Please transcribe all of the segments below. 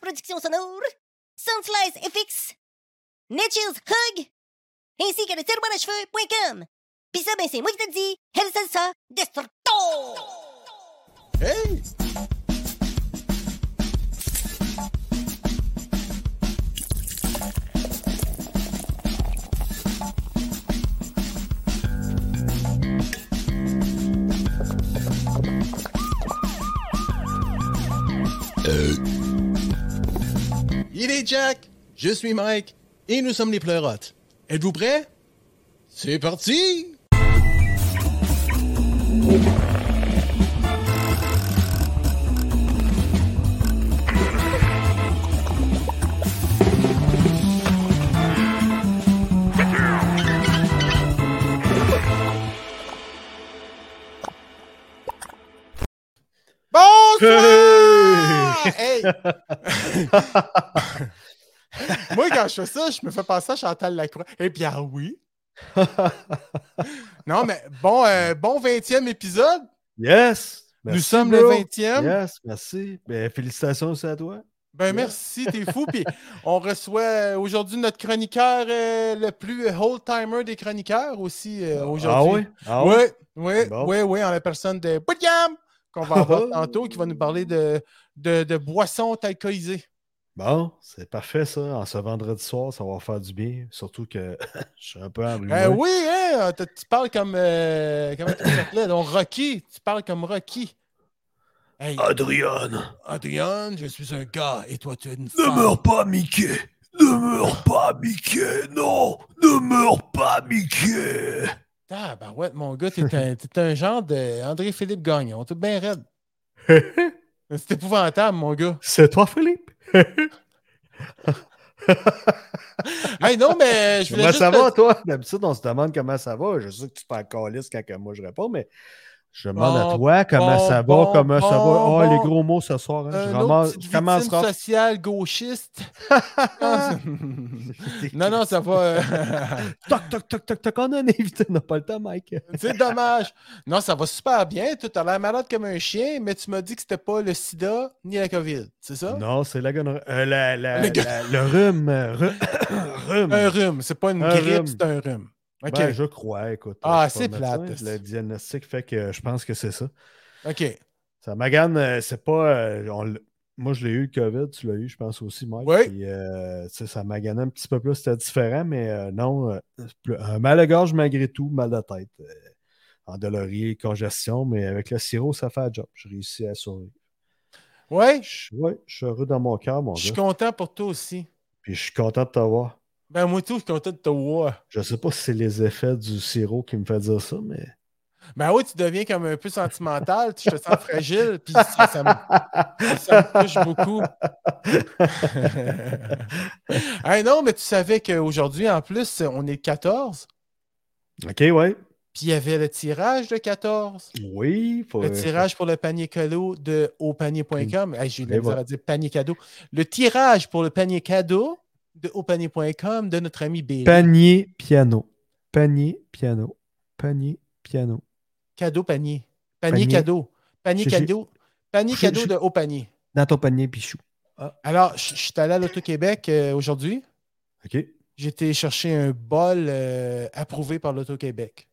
production sonore, Soundflies FX, Nature's Hug, ainsi que le tiroir à cheveux.com. Pis ça, ben c'est moi qui te dis, Hell Salsa Destructo! Hey! Euh. Il est Jack, je suis Mike, et nous sommes les pleurotes. Êtes-vous prêts? C'est parti! Bonsoir! Hey! Moi, quand je fais ça, je me fais penser à Chantal Lacroix. Eh bien, oui. non, mais bon, euh, bon 20e épisode. Yes! Merci, Nous sommes bro. le 20e. Yes, merci. Ben, félicitations aussi à toi. Ben merci, t'es fou. Puis on reçoit euh, aujourd'hui notre chroniqueur, euh, le plus old-timer des chroniqueurs aussi euh, Ah aujourd'hui. oui? Ah oui, oui? oui, Bon. oui, oui, en la personne de William, qu'on va avoir tantôt, qui va nous parler de, de, de boissons talcolisées. Bon, c'est parfait ça. En ce vendredi soir, ça va faire du bien. Surtout que je suis un peu enrhumé. Ben oui, hein, t- tu parles comme. euh, comment tu t'appelais donc Rocky, tu parles comme Rocky. Hey, Ah. Adrian, Ah. Adrien, je suis un gars et toi tu es une ne femme. meurs pas, Mickey! Ne meurs pas, Mickey! Non! Ne meurs pas, Mickey! Ah, ben ouais, mon gars, t'es un, t'es un genre de André-Philippe Gagnon, tout bien raide. C'est épouvantable, mon gars. c'est toi, Philippe? Hey, non, mais je voulais Comment juste ça te- va, toi? D'habitude, on se demande comment ça va. Je sais que tu t'en calisses quand que moi je réponds, mais je demande Bon, à toi comment bon, ça va, bon, comment ça va. bon, Oh, les bon. gros mots ce soir. hein. Un je euh, autre ramasse- petite je commence victime sociale gauchiste. Ah, non, non, ça va. euh, Toc, toc, toc, toc, toc. On a un invité, on n'a pas le temps, Mike. C'est dommage. Non, ça va super bien. Tu as l'air malade comme un chien, mais tu m'as dit que c'était pas le sida ni la COVID, c'est ça? Non, c'est la gonorrhée. Euh, la- la- Le gars- la- le rhume. euh, rhu- rhume. Un rhume. C'est pas une Un grippe, rhume. c'est un rhume. OK. Ben, je crois, écoute. Ah, je suis pas c'est médecin. plate. Le diagnostic fait que je pense que c'est ça. OK. Ça magane, euh, c'est pas. euh, on l- moi, je l'ai eu, le COVID, tu l'as eu, je pense aussi, Mike. Oui. Puis, euh, tu sais, ça magane un petit peu plus, c'était différent, mais euh, non, euh, c'est plus- un mal à gorge malgré tout, mal de tête. euh, endolori, congestion, mais avec le sirop, ça fait un job. J'ai réussi à survivre. Ouais, Je, ouais, je suis heureux dans mon cœur, mon je suis gars. content pour toi aussi. Puis je suis content de t'avoir. Ben, moi, tout, je suis content de te voir. Je sais pas si c'est les effets du sirop qui me fait dire ça, mais. Ben, oui, tu deviens comme un peu sentimental. tu- Je te sens fragile, puis ça, ça me, ça me touche beaucoup. hey, non, mais tu savais qu'aujourd'hui, en plus, on est le 14, ok, ouais. puis il y avait le tirage de 14. Oui, faut. Le tirage pour le panier cadeau de aupanier.com. Hey, J'ai eu de la Et misère voilà. à dire panier cadeau. Le tirage pour le panier cadeau de aupanier.com de notre ami Billy. Panier, piano. Panier, piano. Panier, piano. Cadeau panier. Panier, Panier. cadeau. Panier J'ai- j'ai- cadeau. Panier j'ai- cadeau j'ai- de Ah. Haut-Panier. Dans ton panier, Pichou. Alors, je je suis allé à l'Auto-Québec euh, aujourd'hui. OK. J'étais chercher un bol euh, approuvé par l'Auto-Québec.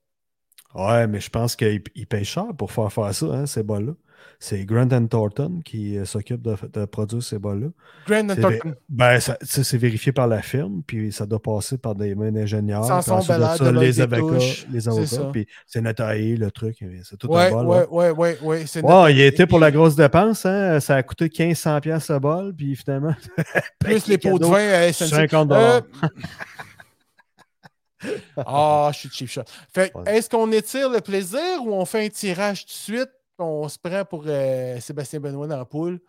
Ouais, mais je pense qu'ils ils payent cher pour faire faire ça, hein, ces bols-là. C'est Grant and Thornton qui euh, s'occupe de, de produire ces bols-là. Grand C'est Thornton. Ben, ça, ça, c'est vérifié par la firme, puis ça doit passer par des mains d'ingénieurs. Samson puis ensuite de Ballard, ça, Deloitte les des avocats, Touches, les c'est ça. avocats, puis c'est notaillé, le truc. mais C'est tout Ouais, un bol. ouais, ouais. ouais, ouais, ouais. C'est Ouais, il était pour la grosse dépense, hein, ça a coûté 1500$ piastres le bol, puis finalement. Plus les pots de cadeau, vin à SNC. 50 Euh, Ah, je suis cheap shot. Fait que, Ouais. est-ce qu'on étire le plaisir ou on fait un tirage tout de suite, puis on se prend pour euh, Sébastien Benoît dans la poule,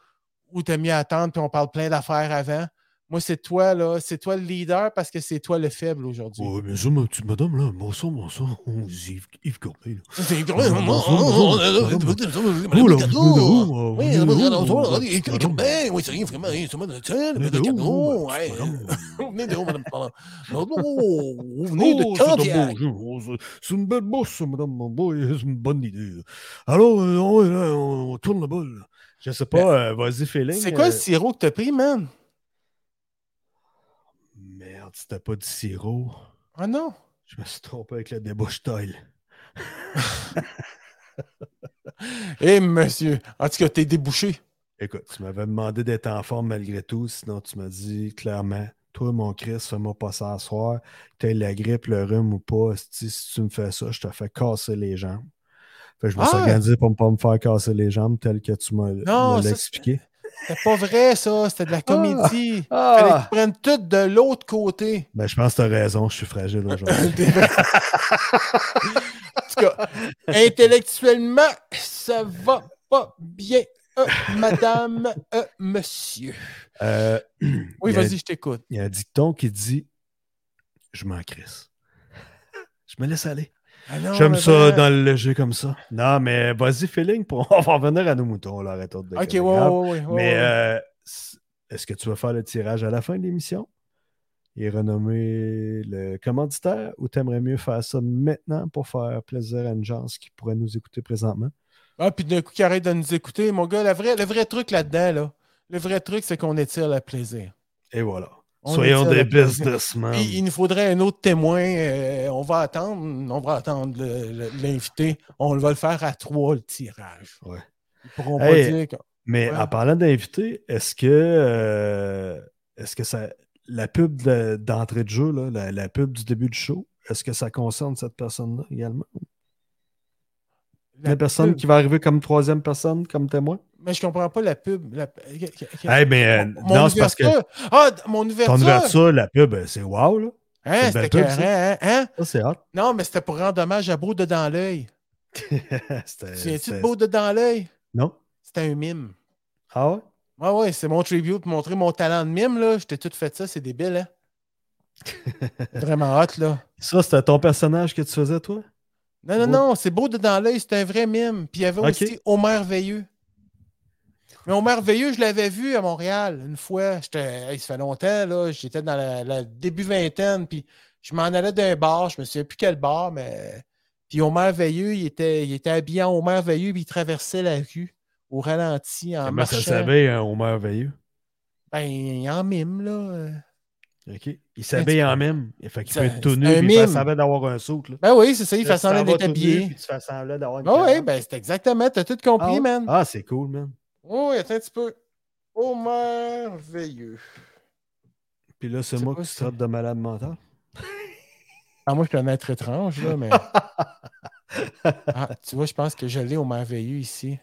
ou t'as mis à attendre, puis on parle plein d'affaires avant? Moi, c'est toi, là. C'est toi le leader parce que c'est toi le faible aujourd'hui. Ouais, mais ça, ma petite madame, là, mon son, mon son, Yves, Yves Corbeil, là. C'est- eh, Oh, là, vous venez de où, Oui, euh, vous venez de où, euh, bonsoir, petite euh, madame? ben, oui, c'est rien, vraiment, hein, c'est moi, c'est ça, le Vous venez de petit où, cadeau, vous, ouais. petite madame? Vous venez de où, madame? Pardon. Oh, vous venez Oh, de c'est un Candiac. beau jeu. Oh, c'est- C'est une eh, belle bosse, madame. mon boy. C'est une bonne idée. Alors, euh, on, est là, on- on tourne la balle. Je sais pas, euh, vas-y, feeling. Ben, C'est quoi le euh, sirop que t'as pris, man? Merde, c'était pas du sirop. Ah non! Je me suis trompé avec le débouche toile. Eh, monsieur! En tout cas, t'es débouché. Écoute, tu m'avais demandé d'être en forme malgré tout, sinon tu m'as dit clairement, toi, mon Chris, fais-moi passer à soir, t'as la grippe, le rhume ou pas, si si tu me fais ça, je te fais casser les jambes. Fait que je me suis Ah! organisé pour ne pas me faire casser les jambes tel que tu m'as Non, me l'as ça, expliqué. C'était pas vrai, ça. C'était de la comédie. Fallait que tu Ah! prennes tout de l'autre côté. Ben, je pense que t'as raison, je suis fragile aujourd'hui. Des vrais- en tout cas, intellectuellement, ça va pas bien, euh, madame, euh, monsieur. Euh, Oui, il y a- vas-y, je t'écoute. Il y a un dicton qui dit Je m'en crisse. Je me laisse aller. Ah non, J'aime mais ça vraiment. dans le léger comme ça. Non, mais vas-y, feeling, pour... on va revenir à nos moutons, là, arrête de Ok, ouais, déconner, ouais, grave. ouais, ouais, Mais ouais. euh, s- est-ce que tu vas faire le tirage à la fin de l'émission et renommer le commanditaire ou t'aimerais mieux faire ça maintenant pour faire plaisir à une gens qui pourrait nous écouter présentement? Ah, puis d'un coup, qui arrête de nous écouter, mon gars, la vraie- le vrai truc là-dedans, là, le vrai truc, c'est qu'on étire le plaisir. Et voilà. On Soyons étire des le plaisir. businessmen. Puis, il nous faudrait un autre témoin. euh, on va attendre. On va attendre le- le- l'invité. On va le faire à trois, le tirage. Ouais. Ils pourront Hey. pas dire que- Mais Ouais. en parlant d'invités, est-ce que euh, est-ce que ça la pub de- d'entrée de jeu, là, la, la pub du début du show, est-ce que ça concerne cette personne-là également? La, personne pub. qui va arriver comme troisième personne, comme témoin? Mais je comprends pas la pub. la- Eh mais euh, Mon- mon non, c'est parce que ouverture. Ah, d- mon ouverture. ton ouverture, la pub, euh, c'est wow, là. Hein, c'est une c'était belle pub, ça. écœurant, hein? Hein? Ça, c'est hot. Non, mais c'était pour rendre hommage à Beau de Dans l'œil. C'était- Tu viens-tu de c'était- Beau de Dans l'œil? Non? C'était un mime. Ah ouais? Ouais, ouais, c'est mon tribute pour montrer mon talent de mime, là. J'étais tout fait ça, c'est débile, hein? Vraiment hot, là. Ça, c'était ton personnage que tu faisais, toi? Non, non, Beau- non, c'est beau de dans l'œil, c'est un vrai mime. Puis il y avait Ok. aussi Homer Veilleux. Mais Homer Veilleux, je l'avais vu à Montréal une fois. J'étais, hey, ça fait longtemps, là. J'étais dans la, la début vingtaine, puis je m'en allais d'un bar, je me souviens plus quel bar, mais. Puis Homer Veilleux, il était, il était habillé en Homer Veilleux, puis il traversait la rue au ralenti en Comment marchant. ça s'habille, hein, au merveilleux? Ben, en mime, là. OK. Il s'habille en mime. Il fait qu'il peut être tout nu, un puis il fait mime. semblant d'avoir un saut, là. Ben oui, c'est ça, il fait Tu t'en semblant vas d'être tout nu, habillé. puis Tu fais semblant d'avoir une Ben oui, carotte. ben c'est exactement, t'as tout compris, ah, ouais? man. Ah, c'est cool, man. Oh, attends un petit peu. Oh, merveilleux. Puis là, c'est C'est moi pas qui te si- traite de malade mental. Ah, moi, je peux en être étrange, là, mais. Ah, tu vois, je pense que je l'ai au merveilleux ici.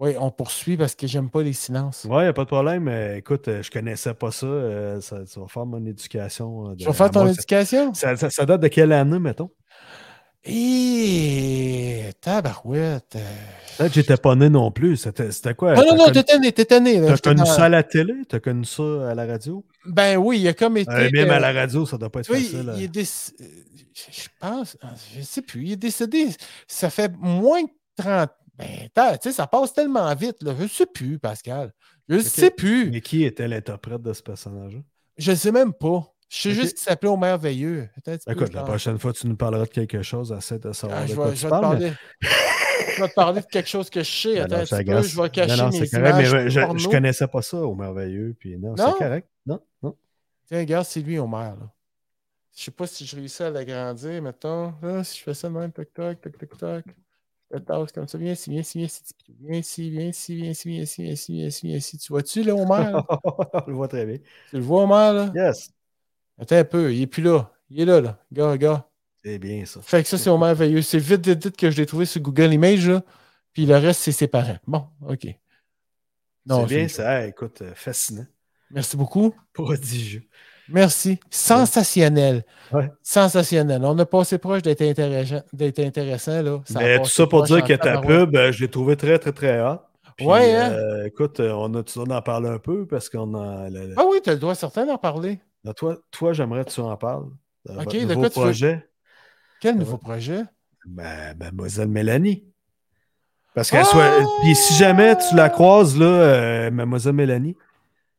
Oui, on poursuit parce que j'aime pas les silences. Ouais, y a pas de problème. Euh, écoute, euh, je connaissais pas ça. Euh, ça. Tu vas faire mon éducation. euh, de- Je vais faire à ton moi, éducation. ça, ça- ça- ça date de quelle année, mettons? Et Eh, tabarouette. Ah, Peut-être que j'étais pas né non plus. C'était c'était quoi? non, non, non, t'as t'es tanné, t'es tanné. là, connu, t'as j'étais connu dans- ça à la télé? T'as connu ça à la radio? Ben oui, il a comme été. Euh, même euh, à la radio, ça doit pas être tu vois, facile. il, euh. il est déc- euh, Je je pense, je sais plus, il est décédé. Ça fait moins de 30. Ben, t'as- tu sais, ça passe tellement vite, là. Je sais plus, Pascal. Je sais plus. Mais qui était l'interprète de ce personnage-là? Je sais même pas. Je sais Ok. juste qu'il s'appelait au merveilleux. Attends un petit peu, Écoute, je la pense. prochaine fois tu nous parleras de quelque chose, essaie de savoir Ah, de je, quoi vais, tu je vais te parles, mais- parler. je vais te parler de quelque chose que je sais. Ben Attends non, un ça petit peu, agace. je vais cacher Non, non, mes c'est correct, mais images ouais, je, je porno. connaissais pas ça au merveilleux. Puis non, Non? c'est correct. Non, non. Tiens, regarde, c'est lui, Homer. Là. Je sais pas si je réussis à l'agrandir, mettons. Là, si je fais ça de même, toc, toc, toc, toc, toc. Je te tasse comme ça. Viens ici, viens ici, viens ici. Viens ici, viens ici, viens ici, viens ici, viens ici, viens ici, viens ici. Tu vois-tu, là, Homer? là? On le voit très bien. tu le vois, Homer, là? Yes. Attends un peu, il est plus là. Il est là, là. Gars, gars. C'est bien ça. Fait que ça, c'est au merveilleux. C'est vite, vite, vite que je l'ai trouvé sur Google Images, là. Puis le reste, c'est ses parents. Bon, OK. C'est Non, bien c'est- ça. Hey, écoute, euh, fascinant. Merci beaucoup. Prodigieux. Merci. Sensationnel. Ouais. Sensationnel. On a passé proche d'être intéressant, d'être intéressant, là. Ça a Mais tout passé ça pour proche dire en que ta tabarouette. pub, euh, je l'ai trouvé très, très, très hot. Puis, Ouais, hein? euh, écoute, euh, on a tu en en parler un peu parce qu'on a. la- la- Ah oui, tu as le droit certain d'en parler. la- Ben, toi, toi j'aimerais que tu en parles. De Ok, votre de nouveau quoi tu veux- projet. Quel nouveau projet? Ben, mademoiselle Mélanie. Parce qu'elle Ah! soit. Puis si jamais tu la croises, là, euh, mademoiselle Mélanie.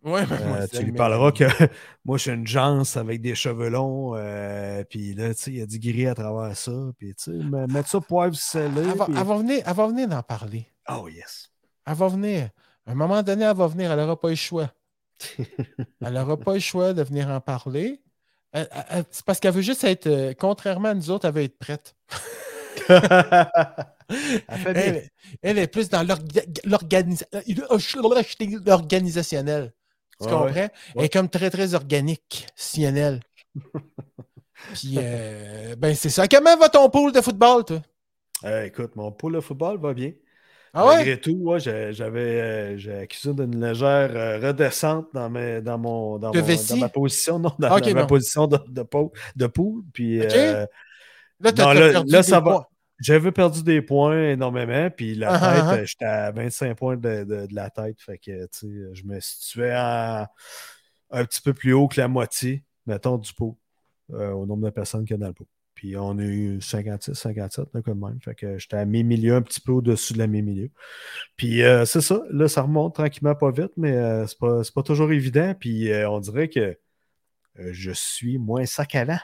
Oui, mais Euh, moi, c'est tu lui la parleras mélodie. que moi, je suis une jance avec des cheveux longs. euh, puis là, tu sais, il y a du gris à travers ça. Puis tu sais, me- mettre ça poivre salé. Elle va, puis- elle va venir, elle va venir d'en parler. Oh, yes. Elle Elle va venir. À un moment donné, elle va venir. Elle n'aura pas eu le choix. elle n'aura pas eu le choix de venir en parler. Elle- elle- elle- c'est parce qu'elle veut juste être, euh, contrairement à nous autres, elle veut être prête. Elle fait Eh bien. Elle, elle est plus dans l'orga- l'organisa- l'organisationnel. Tu Ouais, comprends? ouais. Elle est comme très, très organique, ciel. Puis, euh, ben, c'est ça. Comment va ton pool de football, toi? Euh, écoute, mon pool de football va bien. Ah ouais? Malgré tout, ouais, j'ai- j'avais euh, j'ai accusé d'une légère euh, redescente dans, mes- dans, mon, dans, De mon- dans vessie? Ah, ma position, non, dans, Ok, dans ma bon. position de, de, pau- de poule. Puis Ok. euh, Là, t'as non, t'as là- perdu là, des ça va. points. j'avais perdu des points énormément. Puis la Ah, ah, tête, ah. euh, j'étais à 25 points de, de- de la tête. Fait que tu sais, euh, je me situais en- un petit peu plus haut que la moitié, mettons, du pot, euh, au nombre de personnes qu'il y a dans le pot. Puis on a eu 56, 57, là, quand même. Fait que j'étais à mi-milieu, un petit peu au-dessus de la mi-milieu. Puis euh, c'est ça, là, ça remonte tranquillement pas vite, mais euh, c'est pas, c'est pas toujours évident. Puis euh, on dirait que euh, je suis moins saccalant.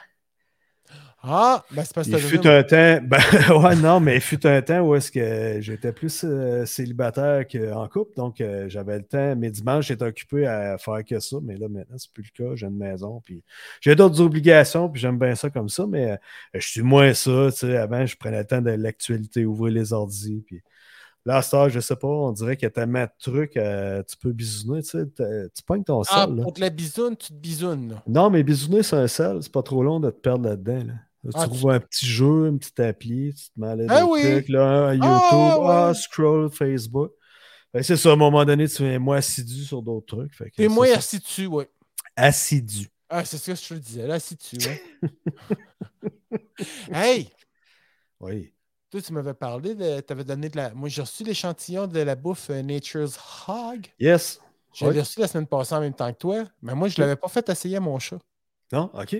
Ah, ben, c'est parce que Il t'as fut donné- un temps, ben, ouais, non, mais il fut un temps où est-ce que j'étais plus euh, célibataire qu'en couple, donc euh, j'avais le temps. Mes dimanches, j'étais occupé à faire que ça, mais là, maintenant, c'est plus le cas. J'ai une maison, puis j'ai d'autres obligations, puis j'aime bien ça comme ça, mais euh, je suis moins ça. Tu sais, avant, je prenais le temps de l'actualité, ouvrir les ordi, puis là, à cette heure, je sais pas, on dirait qu'il y a tellement de trucs, euh, tu peux bisouner, tu sais, t'as- tu pognes ton Ah, sol, là. pour de la bisoune, tu te bisounes. là. Non, mais bisouner, c'est un sel. C'est pas trop long de te perdre là-dedans. là. Là, Ah, tu tu- trouves un petit jeu, une petite appli, tu te mets à l'aise Ah des oui! trucs, là, un YouTube, Ah, ouais. ah, scroll, Facebook. Fait que c'est ça, à un moment donné, tu es moins assidu sur d'autres trucs. Fait que T'es c'est moins ça. assidu, oui. assidu. Ah, c'est ce que je te disais, là, assidu, ouais. hey, Oui. toi, tu m'avais parlé, de, t'avais donné de la... Moi, j'ai reçu l'échantillon de la bouffe euh, Nature's Hog. Yes. Je Oui. l'ai reçu la semaine passée en même temps que toi, mais moi, je l'avais pas fait essayer à mon chat. Non? OK.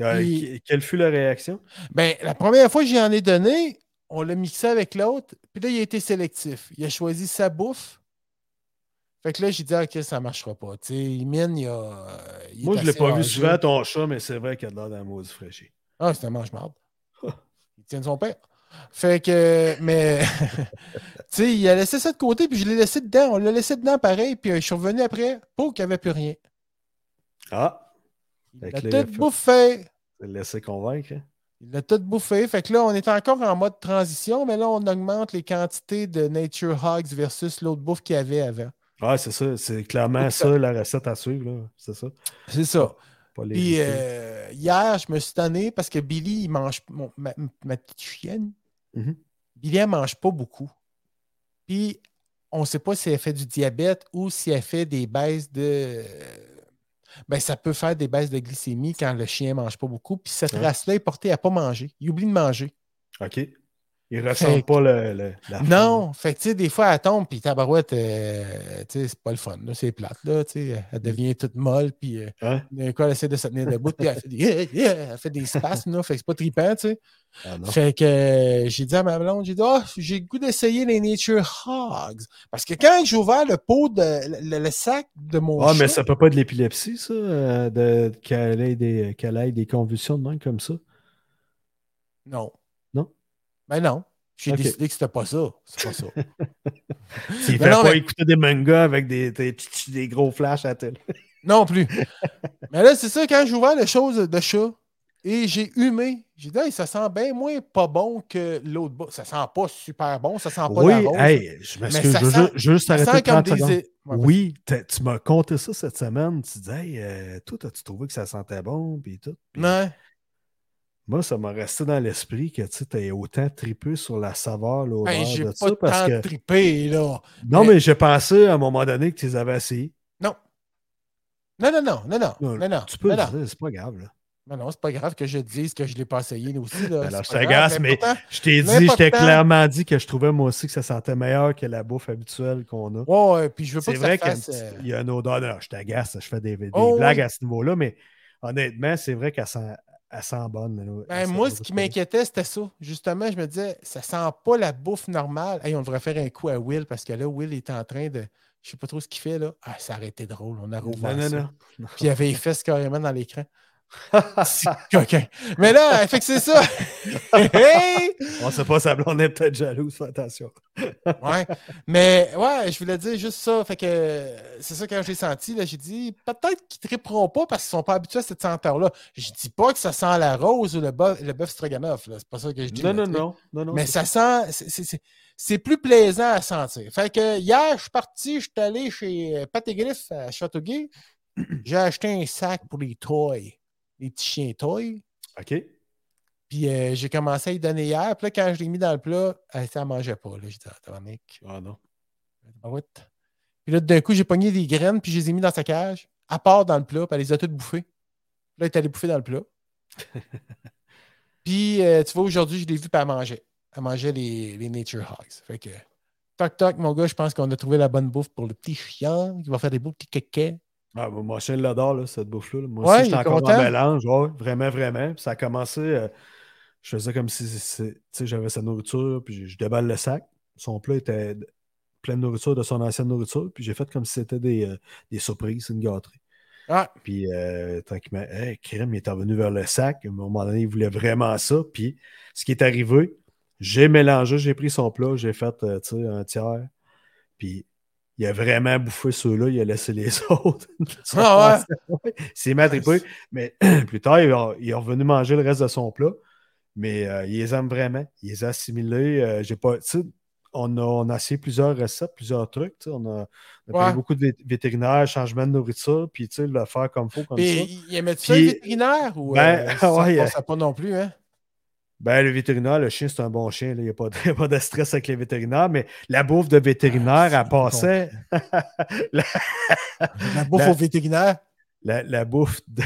Euh, Puis- que- Quelle fut la réaction? Ben, la première fois que j'en ai donné, on l'a mixé avec l'autre, puis là, il a été sélectif. Il a choisi sa bouffe. Fait que là, j'ai dit, ah, OK, ça marchera pas. Tu sais, Mine, il a. euh, il est Moi, je l'ai assez pas vu âgé. souvent, ton chat, mais c'est vrai qu'il a de l'air d'un maudit fraîchier. Ah, c'est un mange-marde. Il tient de son père. Fait que, mais, tu sais, il a laissé ça de côté, puis je l'ai laissé dedans. On l'a laissé dedans pareil, puis euh, je suis revenu après, pour qu'il n'y avait plus rien. Ah, Il Fait l'a que là, il a tout fait- bouffé. je vais le laisser convaincre. hein. Il l'a tout bouffé. Fait que là, on est encore en mode transition, mais là, on augmente les quantités de Nature Hogs versus l'autre bouffe qu'il y avait avant. Ah, c'est ça. C'est clairement ça, la recette à suivre. là. C'est ça. C'est ça. Pas les Puis risquer. euh, hier, je me suis tanné parce que Billy, il mange. mon- ma, ma petite chienne, Mhm. Billy, elle mange pas beaucoup. Puis, on ne sait pas si elle fait du diabète ou si elle fait des baisses de. Ben, ça peut faire des baisses de glycémie quand le chien mange pas beaucoup. Puis, cette Ouais. race-là est portée à pas manger. Il oublie de manger. OK. Il ne ressent pas le, le- la Non, fait que, tu sais, des fois, elle tombe, puis tabarouette, euh, tu sais, c'est pas le fun, là, c'est plate, là, tu sais, elle devient toute molle, puis euh, Ouais. d'un coup, elle essaie de se tenir debout, puis elle fait des, yeah, yeah, elle fait des spasmes, là, fait que c'est pas trippant, tu sais. faim. Ah non. Fait que euh, j'ai dit à ma blonde, j'ai dit, ah, j'ai le goût d'essayer les Nature Hogs. Parce que quand j'ai ouvert le pot, de, le, le sac de mon Ah, mais chat, ça peut pas être de l'épilepsie, ça, euh, de, qu'elle ait, des- qu'elle ait des convulsions de même comme ça. non. Non? Ben non. J'ai Ok. décidé que c'était pas ça. C'est pas ça. S'il Mais fait Ben non, pas mais- écouter des mangas avec des, des, petits- des gros flashs à la télé. Non plus. Mais là, c'est ça, quand j'ai ouvert les choses de chat et j'ai humé, j'ai dit, Hey, ça sent bien moins pas bon que l'autre. bas. Ça sent pas super bon, ça sent pas Oui, la rose. hey, je m'excuse, ça je veux sent- ju- je veux juste ça arrêter sent comme 30 des. secondes. é- Ouais, Oui, t'as- tu m'as conté ça cette semaine. Tu disais, hey, euh, toi, as-tu trouvé que ça sentait bon? Puis tout. Puis Non. Moi, ça m'a resté dans l'esprit que tu es autant tripeux sur la saveur, l'odeur Hey, j'ai de pas ça. Parce tant que... trippé, là. Non, mais- mais j'ai pensé à un moment donné que tu les avais essayés. Non, non, non, non, non, non, non. Tu peux non, le non. dire, c'est pas grave. Là. Non, non, c'est pas grave que je dise que je l'ai pas essayé nous aussi. Là. Ben là, Euh, C'est je pas grave, t'agace, mais- pourtant- Je t'ai dit, je L'important- t'ai clairement dit que je trouvais moi aussi que ça sentait meilleur que la bouffe habituelle qu'on a. Ouais, ouais, puis je veux pas C'est que ça vrai qu'il y a une fasse. petite- euh, il y a une odeur. Non, je t'agace, je fais des, des Oh, blagues oui. à ce niveau-là, mais honnêtement, c'est vrai qu'elle sent, elle sent bonne. là. Ben, Elle sent moi, bonne. ce qui m'inquiétait, c'était ça. Justement, je me disais, ça sent pas la bouffe normale. Hey, on devrait faire un coup à Will parce que là, Will est en train de. Je sais pas trop ce qu'il fait là. Ah, ça aurait été drôle. On a Non, rouvert non, ça. non. Puis il avait les fesses carrément dans l'écran. Si, coquin. Mais là, fait que c'est ça. Hey! On sait pas, sa blonde est peut-être jalouse, fais attention. Ouais. Mais ouais, je voulais dire juste ça. Fait que euh, c'est ça quand j'ai senti, là, j'ai dit peut-être qu'ils ne triperont pas parce qu'ils sont pas habitués à cette senteur-là. Je dis pas que ça sent la rose ou le bœuf le bœuf stroganoff, là. C'est pas ça que je dis. Non, là, non, tu sais. non, non, non. Mais ça sent. c'est- c'est- c'est- C'est plus plaisant à sentir. Fait que hier, je suis parti, je suis allé chez euh, Pat et Griff à Châteauguay. J'ai acheté un sac pour les toys. Les petits chiens toys. OK. Puis euh, j'ai commencé à y donner hier. Puis là, quand je l'ai mis dans le plat, elle, ça ne mangeait pas. Là. J'ai dit, attends, mec. Ah non. Ah Puis là, d'un coup, j'ai pogné des graines, puis je les ai mis dans sa cage, à part dans le plat, puis elle les a toutes bouffées. Puis Là, elle est allée bouffer dans le plat. puis euh, tu vois, aujourd'hui, je l'ai vu, puis elle mangeait. Elle mangeait les, les Nature Hogs. Fait que, toc, toc, mon gars, je pense qu'on a trouvé la bonne bouffe pour le petit chien qui va faire des beaux petits quéquets. Ah, bah, moi, je l'adore, là, cette bouffe-là. là. Moi Ouais, aussi, il j'étais est encore content. en mélange. ouais, vraiment, vraiment. Puis ça a commencé. euh, je faisais comme si si- tu sais, j'avais sa nourriture, puis je, je déballe le sac. Son plat était d- plein de nourriture de son ancienne nourriture, puis j'ai fait comme si c'était des, euh, des surprises, une gâterie. Ah. Puis euh, tranquillement, hey, crème, il est revenu vers le sac. À un moment donné, il voulait vraiment ça. Puis ce qui est arrivé, j'ai mélangé, j'ai pris son plat, j'ai fait euh, tu sais, un tiers. Puis il a vraiment bouffé ceux-là, il a laissé les autres. Ah ouais. C'est matripé. Mais plus tard, il a- il est revenu manger le reste de son plat. Mais euh, il les aime vraiment. Il les a assimilés. Euh, j'ai pas, tu sais, on a, on a essayé plusieurs recettes, plusieurs trucs. tu sais. On a, on a payé Ouais. beaucoup de vét- vétérinaires, changement de nourriture, puis tu sais, le faire comme faut, comme ça. Puis, il aimait ça, le Puis- vétérinaire? Ou, Ben, ça, ouais, je euh, pense à pas non plus, hein? Ben, le vétérinaire, le chien, c'est un bon chien. là. Il n'y a, pas de- il y a pas de stress avec les vétérinaires, mais la bouffe de vétérinaire, Ah, elle passait. La bouffe la- au vétérinaire. La, la bouffe de.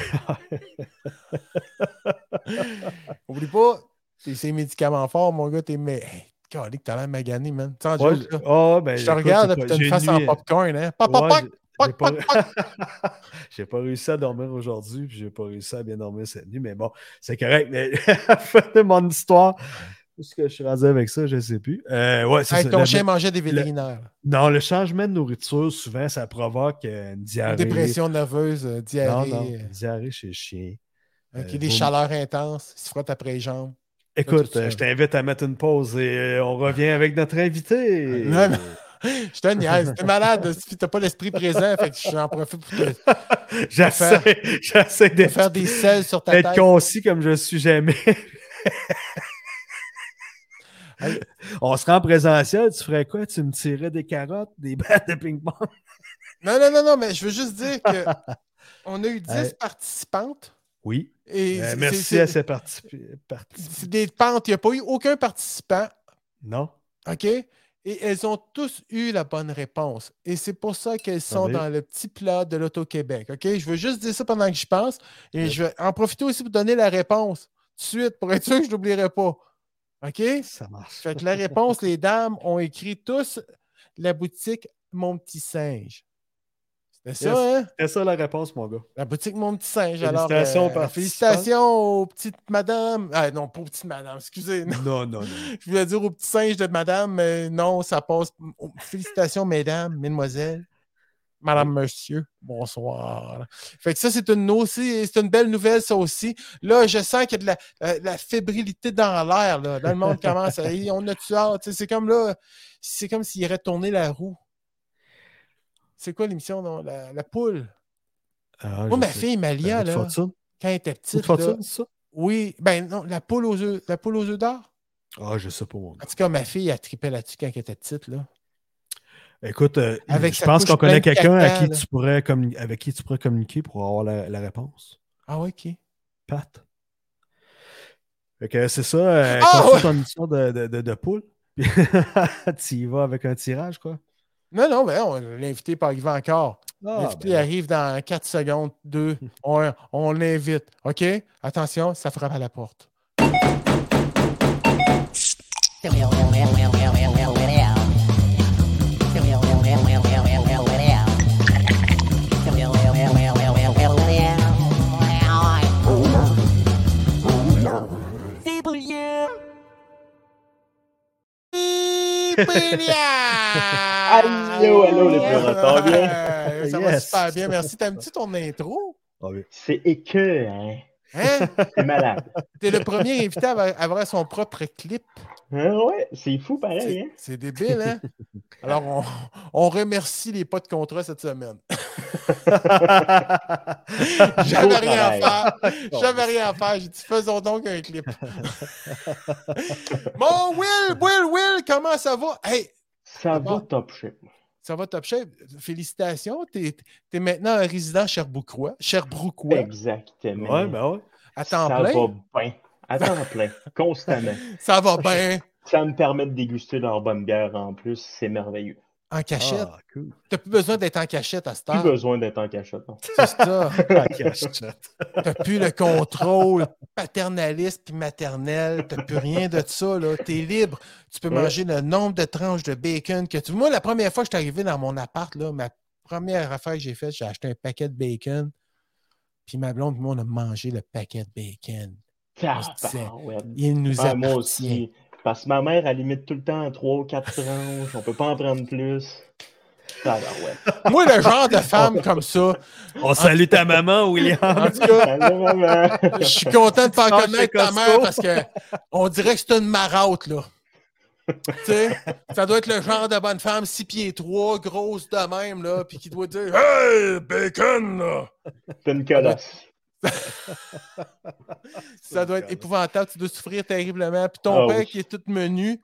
Oublie pas, c'est ces médicaments forts, mon gars, t'es mais. Hey, calique, t'as l'air magané, man. Sans Ouais, joke, là. ah, ben, Je te écoute, regarde, j'ai puis pas- t'as une j'ai face en nuit- popcorn, hein. Pop, Ouais, pop, pop, j'ai- pop, j'ai pas- pop, J'ai pas réussi à dormir aujourd'hui, puis j'ai pas réussi à bien dormir cette nuit, mais bon, c'est correct. Mais fin de mon histoire, tout ce que je suis rendu avec ça, je sais plus. Euh, ouais, c'est Hey, ça, ton la- chien mangeait des vétérinaires. Non, le changement de nourriture, souvent, ça provoque euh, une Une diarrhée. Dépression nerveuse, euh, Non, diarrhée, non, euh, une diarrhée chez le chien. ok, euh, des vom- chaleurs intenses, il se frotte après les jambes. Écoute, tout ça. euh, je t'invite à mettre une pause et euh, on revient avec notre invité. Non, non. Je te niaise, t'es malade, si t'as pas l'esprit présent, fait que j'en profite pour te, te J'essaie j'essaie de faire des selles sur ta d'être tête. concis comme je suis jamais. Hey. On se rend en présentiel, tu ferais quoi? Tu me tirais des carottes, des battes de ping-pong? Non, non, non, non, mais je veux juste dire que on a eu 10 Hey. participantes. Oui. Et c'est- Ben, merci c'est- à ces participants. C'est des pentes. Il n'y a pas eu aucun participant. Non? OK? Et elles ont tous eu la bonne réponse. Et c'est pour ça qu'elles sont Attendez. dans le petit plat de l'Auto-Québec. OK? Je veux juste dire ça pendant que je pense. Et je vais en profiter aussi pour donner la réponse tout de suite pour être sûr que je n'oublierai pas. OK? Ça marche. Fait que la réponse, les dames ont écrit tous la boutique Mon Petit Singe. C'était ça, Yes. hein? C'était ça la réponse, mon gars. La boutique Mon Petit Singe. Alors, euh, Félicitations aux participants. félicitations aux petites madames. Ah non, pas aux petites madames, excusez. non. Non, non, non. Je voulais dire au petit singe de madame, mais non, ça passe. Oh, Félicitations, mesdames, mesdemoiselles, madame, monsieur, bonsoir. Fait que ça, c'est une, aussi, c'est une belle nouvelle, ça aussi. Là, je sens qu'il y a de la, euh, la fébrilité dans l'air, là. Dans le monde commence à. Hey, on a tu hâte. Tu sais, C'est comme là, c'est comme s'il retournait la roue. C'est quoi l'émission? non? La, la poule. Ah, Moi, je ma sais. fille Malia, Route là, Fortune? quand elle était Route petite, là, Fortune, c'est ça? oui, ben non, la poule aux œufs, la poule aux œufs d'or. Ah, je sais pas, mon En gars. tout cas, ma fille, elle tripait là-dessus quand elle était petite, là. Écoute, euh, Avec je sa pense couche qu'on connaît pleine de quelqu'un à cacao, qui là. tu pourrais communi- avec qui tu pourrais communiquer pour avoir la, la réponse. Ah ouais, qui? Pat. Fait que c'est ça, euh, Ah, continue ouais. ton histoire de, de, de- de poule. Puis tu y vas avec un tirage, quoi. Non, non, mais on l'invité par arriver encore. l'invité ben, arrive dans 4 secondes, 2, on, on l'invite. OK? Attention, ça frappe à la porte. C'est brillant. Allô, allô, les ça pleurs, ça va bien? va Yes. super bien, merci. T'aimes-tu ton intro? ah oui. C'est écœurant. Hein? C'est malade. T'es le premier invité à avoir- à avoir son propre clip. Hein, ouais, c'est fou pareil, hein? C'est- C'est débile, hein? Alors, on, on remercie les pas de contrat cette semaine. J'avais Beau rien à travail. faire. J'avais rien à faire. J'ai dit, faisons donc un clip. bon, Will, Will, Will, comment ça va? Hey, Ça Bon. va top shape. ça va top shape. Félicitations. T'es es maintenant un résident Sherbrookeois. Sherbrookeois. Exactement. Ouais, ben ouais. À temps ça plein. va bien. À temps plein. Constamment. Ça va bien. Ça me permet de déguster leur bonne bière en plus. C'est merveilleux. En cachette. Ah, cool. T'as plus besoin d'être en cachette à cette Plus heure. besoin d'être en cachette. non. C'est ça. Ah, cachette. T'as plus le contrôle paternaliste puis maternel. T'as plus rien de ça, là. T'es libre. Tu peux Ouais. manger le nombre de tranches de bacon que tu veux. Moi, la première fois que je suis arrivé dans mon appart, là, ma première affaire que j'ai faite, j'ai acheté un paquet de bacon. Puis ma blonde, puis moi, on a mangé le paquet de bacon. Tabarouette. Il nous Ah, appartient. moi aussi. Parce que ma mère, elle limite tout le temps 3 ou 4 tranches. On peut pas en prendre plus. Tabarouette. Moi, le genre de femme comme ça, Ah. On salue ta maman, William. en tout cas, Alors, maman. je suis content de faire Sors chez connaître ta Costco. mère parce que on dirait que c'est une marotte, là. tu sais, ça doit être le genre de bonne femme, 6 pieds 3, grosse de même, là, puis qui doit dire Hey, bacon, là! C'est une colosse. Ça doit être épouvantable, tu dois souffrir terriblement. Puis ton Ah oui. père qui est tout menu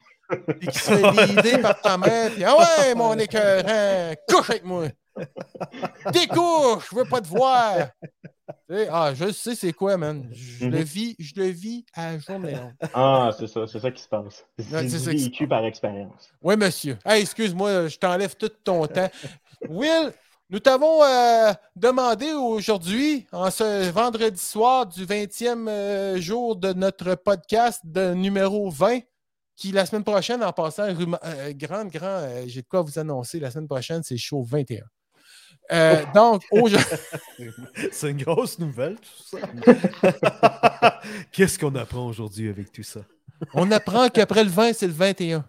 et qui se fait l'idée par ta mère, puis Ah ouais, mon écœurant, couche avec moi! Découche, je veux pas te voir! Tu sais, ah, je sais c'est quoi, man. Mm-hmm. Je le Mhm. vis, je le vis à journée longue. Ah, c'est ça, c'est ça qui se passe. Ouais, c'est ça C'est qui se vécu par expérience. Oui, monsieur. Hey, excuse-moi, je t'enlève tout ton temps. Will, nous t'avons euh, demandé aujourd'hui, en ce vendredi soir du 20e euh, jour de notre podcast de numéro 20, qui la semaine prochaine, en passant, rume- euh, grand, grand, euh, j'ai de quoi vous annoncer, la semaine prochaine, c'est show 21. Euh, Oh. donc, aujourd'hui, C'est une grosse nouvelle, tout ça. Qu'est-ce qu'on apprend aujourd'hui avec tout ça? on apprend qu'après le 20, c'est le 21.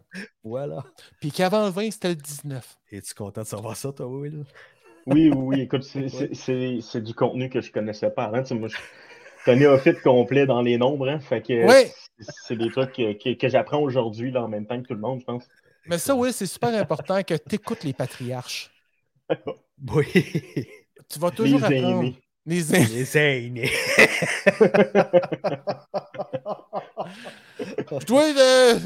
Voilà. Puis qu'avant le 20, c'était le 19. Es-tu content de savoir ça, toi, Will? Oui, oui, oui, écoute, c'est- c'est- c'est c'est du contenu que je connaissais pas avant. Tu sais, moi, je suis un néophyte complet dans les nombres, hein, fait que Ouais. c'est- c'est des trucs que, que- que j'apprends aujourd'hui là, en même temps que tout le monde, je pense. Mais ça, oui, c'est super important que tu écoutes les patriarches. Oui. Tu vas Les toujours apprendre. aînés. Les aînés. Les aînés. Je dois, euh,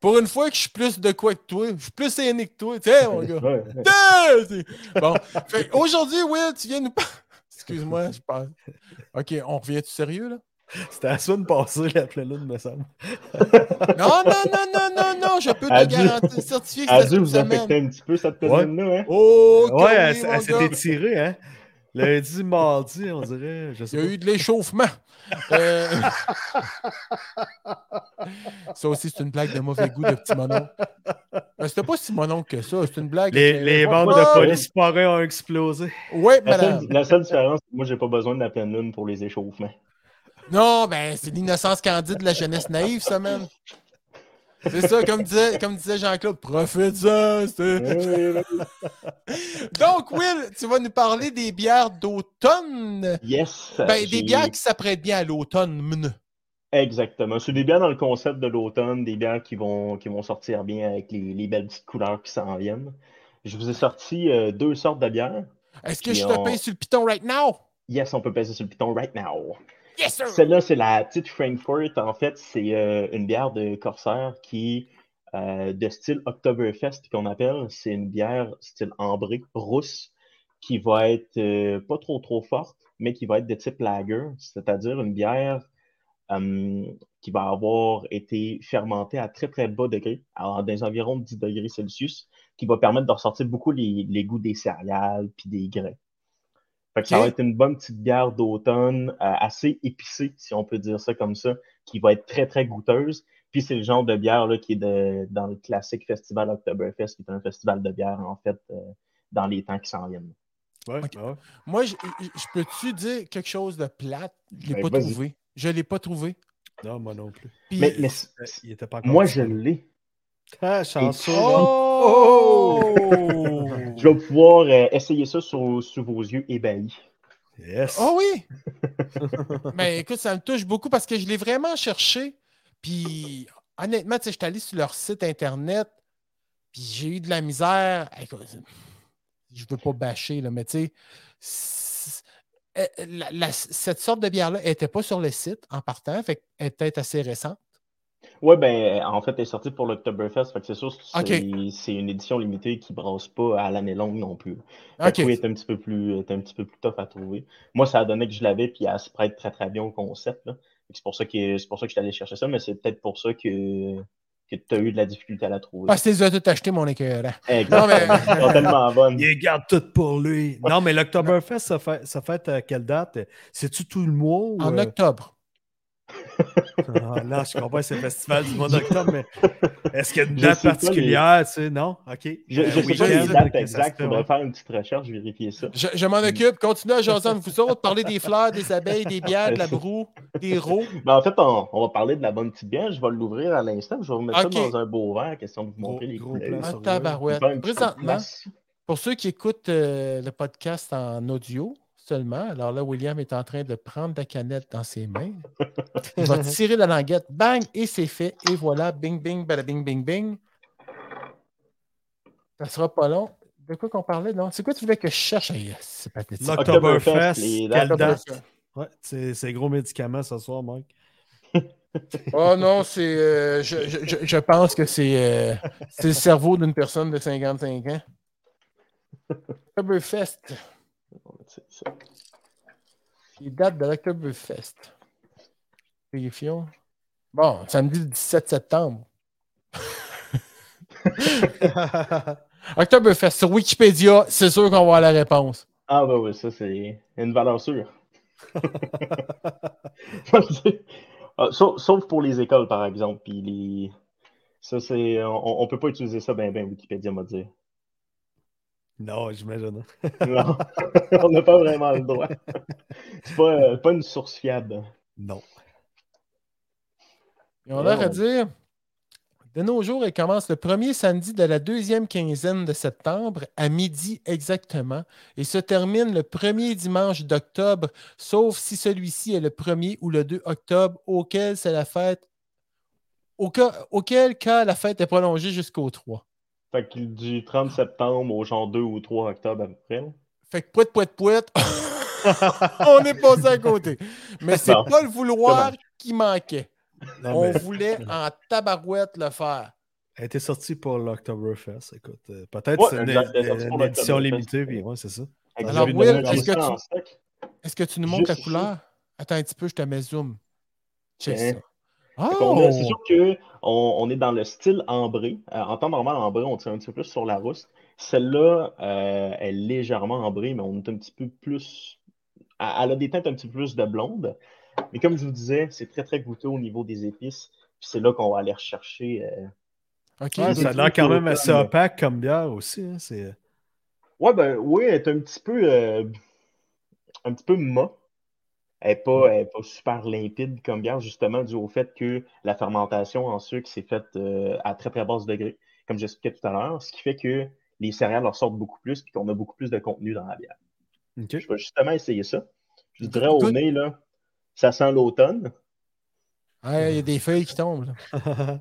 pour une fois que je suis plus de quoi que toi, je suis plus aîné que toi, tu sais, mon gars. Ouais. Tiens, c'est- Bon, Fait que aujourd'hui, Will, tu viens nous parler. Excuse-moi, je parle. Ok, on revient-tu sérieux, là? C'était la semaine passée, la pleine lune, me semble. Non, non, non, non, non, non, je peux te Adieu. garantir, certifier que Elle a cette dû vous semaine. affecter un petit peu cette Ouais. personne-là, hein? Oh, que ouais, elle, oui, s- mon elle s'est gars. étirée, hein? Lundi, mardi, on dirait. Je sais Il y a pas. eu de l'échauffement. Euh, ça aussi, c'est une blague de mauvais goût de petit monon. Mais c'était pas si monon que ça, c'est une blague. Les, les bandes Ouais. de police forains ont explosé. Ouais, La madame. seule, la seule différence, c'est que moi, j'ai pas besoin de la pleine lune pour les échauffements. Non, ben, c'est l'innocence candide de la jeunesse naïve, ça, man. C'est ça, comme disait, comme disait Jean-Claude, profite-en. c'est- Euh, Donc, Will, tu vas nous parler des bières d'automne. yes! Ben, Euh, j'ai- des bières qui s'apprêtent bien à l'automne. Exactement. C'est des bières dans le concept de l'automne, des bières qui vont, qui vont sortir bien avec les, les belles petites couleurs qui s'en viennent. Je vous ai sorti euh, deux sortes de bières. Est-ce que Puis je on- te paye sur le piton right now? Yes, on peut passer sur le piton right now. Yes, sir! Celle-là, c'est la petite Frankfurt. En fait, c'est euh, une bière de Corsair qui est euh, de style Oktoberfest qu'on appelle. C'est une bière style ambrée, rousse, qui va être euh, pas trop trop forte, mais qui va être de type lager, c'est-à-dire une bière euh, qui va avoir été fermentée à très très bas degré, à des environs de 10 degrés Celsius, qui va permettre de ressortir beaucoup les, les goûts des céréales puis des grains. Fait que Ça Ok. va être une bonne petite bière d'automne, euh, assez épicée, si on peut dire ça comme ça, qui va être très très goûteuse. Puis c'est le genre de bière là, qui est de- dans le classique festival Oktoberfest, qui est un festival de bière en fait euh, dans les temps qui s'en viennent. Ouais, Ok. ouais. Moi, je, je- je peux-tu dire quelque chose de plate? Je l'ai Ben, pas vas-y. trouvé. Je l'ai pas trouvé. Non, moi non plus. Puis- Mais, mais c- Euh, c- Il était pas encore moi je disponible. l'ai. Ah, chanceux. donc. Oh! Je vais pouvoir euh, essayer ça sur- sous vos yeux ébahis. Yes. Oh oui! Mais écoute, ça me touche beaucoup parce que je l'ai vraiment cherché. Puis honnêtement, tu sais, je suis allé sur leur site internet, puis j'ai eu de la misère. Écoute, je veux pas bâcher, là, mais tu sais, c- euh, la- la- cette sorte de bière-là elle était pas sur le site en partant, fait qu'elle était peut-être assez récente. Ouais, ben, en fait, elle est sortie pour l'Octoberfest. Fait que c'est sûr que c'est, Ok. c'est une édition limitée qui brasse pas à l'année longue non plus. Fait OK. que Ben, oui, elle est un petit peu plus, elle est un petit peu plus tough à trouver. Moi, ça a donné que je l'avais, puis elle se prête très très bien au concept. là. Fait que C'est pour ça que c'est pour ça que je suis allé chercher ça, mais c'est peut-être pour ça que, que tu as eu de la difficulté à la trouver. Parce que les as Ah, tout acheté, mon écœurant. Exactement. Non, mais- Elles sont tellement bonne. Il les garde tout pour lui. Non, mais l'Octoberfest, ça fait, ça fait à quelle date? C'est-tu tout le mois? ou, En euh, octobre. Ah, là, je comprends, c'est le festival du mois d'octobre, mais est-ce qu'il y a une Je date sais pas, mais- particulière? tu sais, non? OK. Je, Euh, je sais oui, pas les Jen, dates que ça se exactes, fait, faudrait ouais. faire une petite recherche, vérifier ça. Je, je m'en occupe. Continuez à jaser avec vous autres, parler des fleurs, des abeilles, des bières, de la broue, des rots. Mais Ben, en fait, on, on va parler de la bonne petite bière. Je vais l'ouvrir à l'instant. puis Je vais remettre Ok. ça dans un beau verre, question de vous montrer Gros- les gros plan. couleurs. Ah, sur- tabarouette. Faire une petite Présentement, place. Pour ceux qui écoutent euh, le podcast en audio seulement, alors là, William est en train de prendre la canette dans ses mains. Il va tirer la languette, bang, et c'est fait. Et voilà, bing, bing, bada bing, bing, bing. Ça sera pas long. De quoi qu'on parlait, non? C'est quoi tu voulais que je cherche? Aïe, c'est pathétique. L'Octoberfest, les dates. quelle date? Ouais, c'est c'est gros médicament ce soir, Mike. Oh non, c'est. euh, je, je- je- je pense que c'est euh, c'est le cerveau d'une personne de 55 ans. Oktoberfest. C'est ça. Il date de l'Octoberfest. Vérifions. Bon, samedi le 17 septembre. Oktoberfest, sur Wikipédia, c'est sûr qu'on va avoir la réponse. Ah, bah oui, ça, c'est une valeur sûre. Ah, sauf, sauf pour les écoles, par exemple. Puis les... ça, c'est... On, on peut pas utiliser ça, ben, ben, Wikipédia m'a dit. Non, j'imagine. hein. Non, on n'a pas vraiment le droit. C'est pas, euh, pas une source fiable. Non. Et on leur Oh. à dire, de nos jours, elle commence le premier samedi de la deuxième quinzaine de septembre à midi exactement et se termine le premier dimanche d'octobre, sauf si celui-ci est le 1er ou le 2 octobre, auquel c'est la fête, au cas- auquel cas la fête est prolongée jusqu'au 3. Fait que du 30 septembre au genre 2 ou 3 octobre à peu près. là. Fait que pouet, pouet, pouet, on est passé à côté. Mais c'est Bon. pas le vouloir Dommage. qui manquait. Ah, Non, On mais voulait en tabarouette le faire. elle était sortie pour l'Octoberfest, écoute. euh, Peut-être Ouais, c'est elle une, était sortie pour une édition l'Oktoberfest. limitée, puis ouais, c'est ça. Fait que Alors, j'ai vu Will, de est-ce que ça tu- en stock. Est-ce que tu nous montres la Juste ici. couleur? Attends un petit peu, je te mets zoom. Check Hein? ça. Fait qu'on a- Oh! C'est sûr qu'on on est dans le style ambré. Euh, en temps normal, ambré, on tient un petit peu plus sur la rousse. Celle-là, euh, elle est légèrement ambrée, mais on est un petit peu plus. Elle elle a des teintes un petit peu plus de blonde. Mais comme je vous disais, c'est très très goûteux au niveau des épices. Puis c'est là qu'on va aller rechercher. euh, OK. Ouais, c'est Ah, ça a l'air plus quand que- même assez opaque comme bière aussi. hein, c'est- Ouais, ben oui, elle est un petit peu euh, un petit peu mat. Elle n'est pas, elle est pas super limpide comme bière, justement, dû au fait que la fermentation en sucre s'est faite euh, à très très basse degré, comme j'expliquais tout à l'heure, ce qui fait que les céréales ressortent beaucoup plus et qu'on a beaucoup plus de contenu dans la bière. OK. Je vais justement essayer ça. Je dirais Toi- au nez, là, ça sent l'automne. Ouais, Il y a des feuilles qui tombent. là.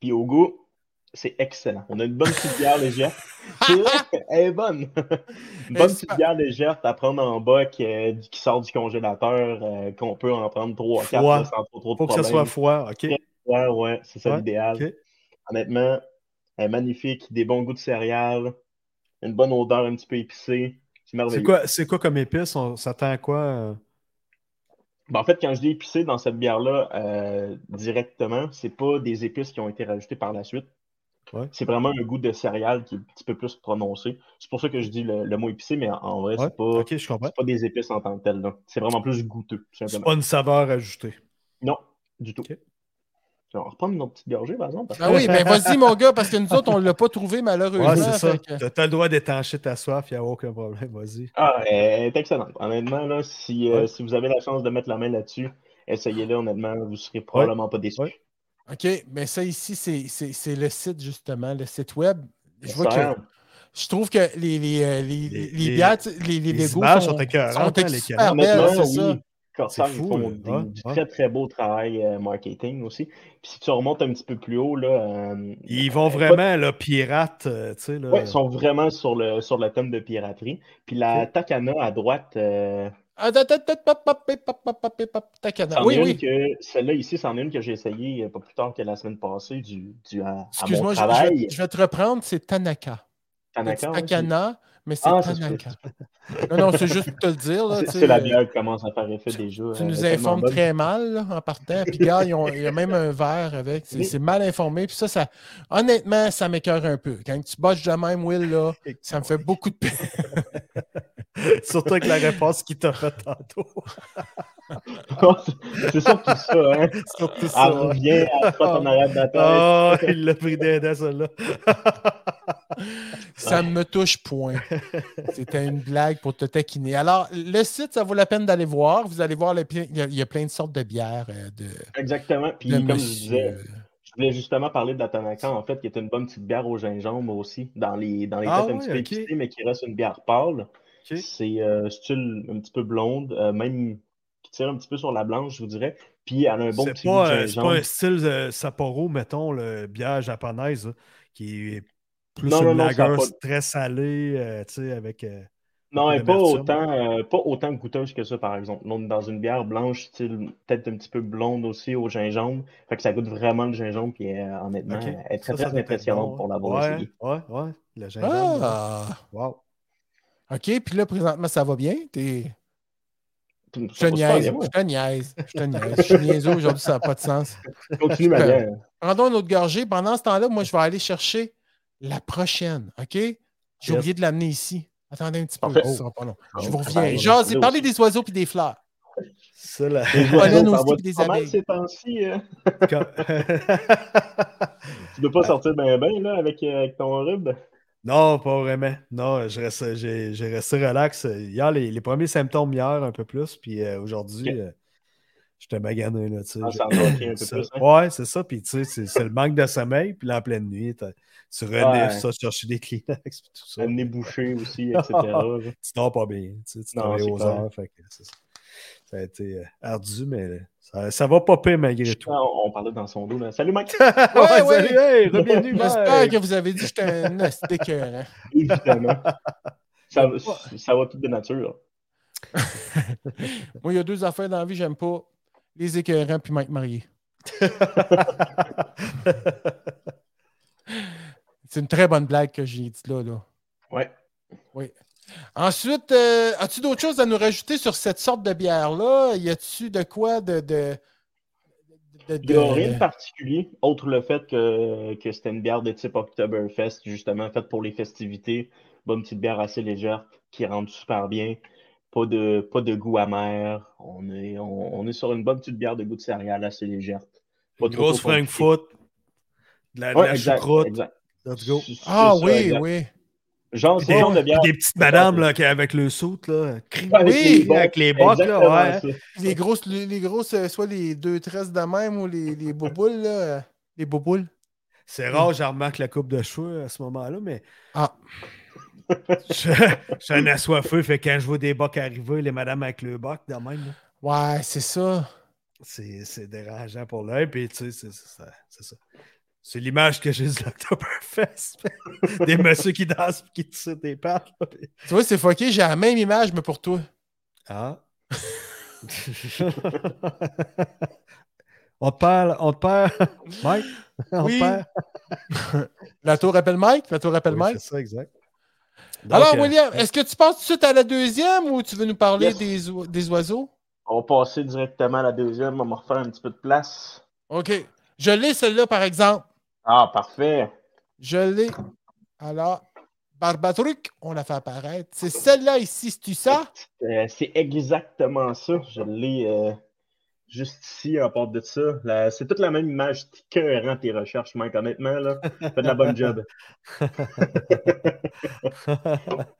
Puis au goût, c'est excellent. On a une bonne petite bière légère. C'est vrai, elle est bonne. une bonne Elle petite bière légère à prendre en bas qui, euh, qui sort du congélateur, euh, qu'on peut en prendre 3 4 Froid. sans trop, trop de Faut que ça problèmes. soit froid, OK. Ouais, ouais, c'est ça Ouais, l'idéal. ok. Honnêtement, elle est magnifique, des bons goûts de céréales, une bonne odeur un petit peu épicée. C'est C'est merveilleux. quoi, c'est quoi comme épice? On s'attend à quoi? euh? Ben, en fait, quand je dis épicé dans cette bière-là, euh, directement, c'est pas des épices qui ont été rajoutées par la suite. Ouais. C'est vraiment un goût de céréales qui est un petit peu plus prononcé. C'est pour ça que je dis le, le mot épicé, mais en, en vrai, Ouais, c'est pas, OK, je comprends. c'est pas des épices en tant que telles. là. C'est vraiment plus goûteux, tout C'est simplement. pas une saveur ajoutée. Non, du tout. Ok. On va reprendre notre petite gorgée, par exemple. parce que- Ah oui, ben vas-y, mon gars, parce que nous autres, on ne l'a pas trouvé malheureusement. Ouais, c'est ça. fait que- T'as t'as le droit d'étancher ta soif, il n'y a aucun problème, vas-y. Ah, elle est excellente. Honnêtement, là, si, euh, Ouais. si vous avez la chance de mettre la main là-dessus, essayez-le, honnêtement, vous serez probablement pas déçus. Ouais. OK, mais ça ici, c'est- c'est c'est le site justement, le site web. Je vois que Excellent. Je trouve que les, les, euh, les, les, Les- les les- bières, tu sais, les, les, les Legos images sont, sont écœurantes, hein, les super canons. belles, Honnêtement, c'est hein. ça. oui, Corsair, C'est ils fou, font là. des- Ouais, du ouais. très très beau travail euh, marketing aussi. Puis si tu remontes un petit peu plus haut, là, euh, Ils vont vraiment, là, pirate, euh, tu sais, là. ouais, ils sont vraiment sur le, sur le thème de piraterie. Puis la Takana à droite, euh, Ah, da- da- da- pop, pop, pip, pop, pop, pop, pip, pop, tacana. c'en Ah, Oui, est une oui. que- celle-là ici, c'en est une que j'ai essayé euh, pas plus tard que la semaine passée du, du, à, à mon Excuse-moi, je, je travail. vais- je vais te reprendre, c'est Tanaka. T'as dit Tanaka, ouais, Takana, mais c'est Ah, ça se Tanaka. Non, non, c'est juste pour te le dire. Là, c'est- tu c'est sais, la euh, bière qui commence à faire effet déjà. Tu euh, nous tellement informes bonne. très mal là, en partant. Puis regarde, ils ont- il y a même un verre avec. C'est Oui. c'est mal informé. Puis ça, ça honnêtement, ça m'écœure un peu. Quand tu botches de même, Will, là, ça me fait beaucoup de peine. Surtout avec la réponse qu'il t'a faite tantôt. c'est surtout ça, hein. Surtout Elle ça. ouais. revient, elle frotte en arrière de la tête. Ah, il l'a pris des dents, celle-là. Ça me touche point. C'était une blague pour te taquiner. Alors, le site, ça vaut la peine d'aller voir. Vous allez voir, le pi- il y a, il y a plein de sortes de bières euh, de, Exactement. Puis de comme je disais, monsieur. euh, je voulais justement parler de la Tanaka, en fait, qui est une bonne petite bière au gingembre aussi, dans les, dans les Ah têtes ouais, un petit peu ok. épicées, mais qui reste une bière pâle. Ok. C'est euh, style un petit peu blonde, euh, même qui tire un petit peu sur la blanche, je vous dirais. Puis elle a un bon c'est petit pas, goût de euh, c'est pas gingembre. un style euh, Sapporo, mettons, le bière japonaise, là, qui est plus Non, une non, non, ça a lager pas- très salée, euh, tu sais, avec... euh, Non, un elle peu est pas d'amertume. autant, euh, pas autant goûteuse que ça, par exemple. Non, dans une bière blanche, style peut-être un petit peu blonde aussi au gingembre. Fait que ça goûte vraiment le gingembre, puis euh, honnêtement, ok. elle est très, Ça, très ça doit être impressionnante bon, pour ouais. l'avoir ouais, essayée. Ouais, ouais, le ben gingembre. Ah! Wow. OK, puis là, présentement, ça va bien? T'es... Je Je te niaise, je te niaise, je te niaise. Je suis niaiseux aujourd'hui, ça n'a pas de sens. Continue, ma bière. Rendons une autre gorgée. Pendant ce temps-là, moi, je vais aller chercher la prochaine, OK? J'ai Yes. oublié de l'amener ici. Attendez un petit peu, Parfait. ce sera pas long. Je vous Ah, reviens. on Genre, c'est va parler aussi. des oiseaux puis des fleurs. C'est la... Les Colin aussi oiseaux, ça va puis des pas mal abeilles. ces temps-ci, hein. Comme- Tu peux pas sortir ben ben là avec, euh, avec ton rub. Non, pas vraiment. Non, je reste, j'ai, j'ai resté relax. Hier, les, les premiers symptômes hier, un peu plus. Puis euh, aujourd'hui, Ok. euh, j'étais magané. Là, tu sais, Ah, j'ai- ça en a manqué un peu ça- plus, hein. ouais, c'est ça. Puis tu sais, c'est, c'est le manque de sommeil. Puis là, en pleine nuit, t'as- tu renifles Ouais. ça, chercher des Kleenex. Puis tout ça. Le nez bouché aussi, etc. là. Tu dors pas bien. Tu, sais, tu Non, travailles c'est aux clair. heures. Fait que c'est ça. Ça a été euh, ardu, mais euh, ça, ça va pas pire malgré tout. Ah, on parlait dans son dos. là. Salut, Mike! ouais, ouais. salut, hey, bienvenue. J'espère que vous avez dit que j'étais un os d'écœurant. Évidemment. Ça, va- ça va tout de nature. Moi, il y a deux affaires dans la vie, j'aime pas. Les écœurants puis Mike Marié. C'est une très bonne blague que j'ai dite là, là. Ouais. Ensuite, euh, as-tu d'autres choses à nous rajouter sur cette sorte de bière-là? Y a-tu de quoi de. de, de- Il n'y Euh, a rien de- de particulier, autre le fait que, que c'était une bière de type Oktoberfest, justement faite pour les festivités. Bonne petite bière assez légère qui rentre super bien. Pas de, pas de goût amer. On est, on, on est sur une bonne petite bière de goût de céréales assez légère. Pas trop, Grosse trop compliquée. Frankfurt. De la, de Ouais, la exact, choucroute. exact. Let's go. C'est- c'est Ah ça, oui, exact. oui. Genre, Puis c'est des- le genre de bière. Des petites madames là, qui- avec le soute, là. Crie- Ouais, avec oui, les bottes, avec les bottes, là, ouais. exactement ça. Les grosses, les, les grosses, euh, soit les deux tresses de même ou les, les bouboules, là. euh, Les bouboules. C'est rare, j'en remarque la coupe de cheveux à ce moment-là, mais. Ah. je, je suis un assoiffeux, fait que quand je vois des bocs arriver, les madames avec le boc, de même, là, Ouais, c'est ça. c'est c'est dérangeant pour l'œil, puis tu sais, c'est c'est ça. C'est ça. C'est l'image que j'ai de l'Octoberfest. des messieurs qui dansent et qui tirent des pattes. là, puis- Tu vois, c'est fucké, j'ai la même image, mais pour toi. Ah. on te parle, on te parle. Mike, on Oui, te parle. La tour appelle Mike, la tour appelle Oui, Mike. C'est ça, exact. Alors, Donc, euh, William, est-ce que tu passes tout de suite à la deuxième ou tu veux nous parler Yes. des, oi- des oiseaux? On va passer directement à la deuxième. On va refaire un petit peu de place. OK. Je l'ai, celle-là, par exemple. Ah, parfait. Je l'ai. Alors, Barbatruc, on l'a fait apparaître. C'est celle-là ici, c'est-tu ça? Euh, c'est exactement ça. Je l'ai euh, juste ici en part de ça. La- C'est toute la même image que tes recherches, Mike, honnêtement. Là. Fais de la bonne job.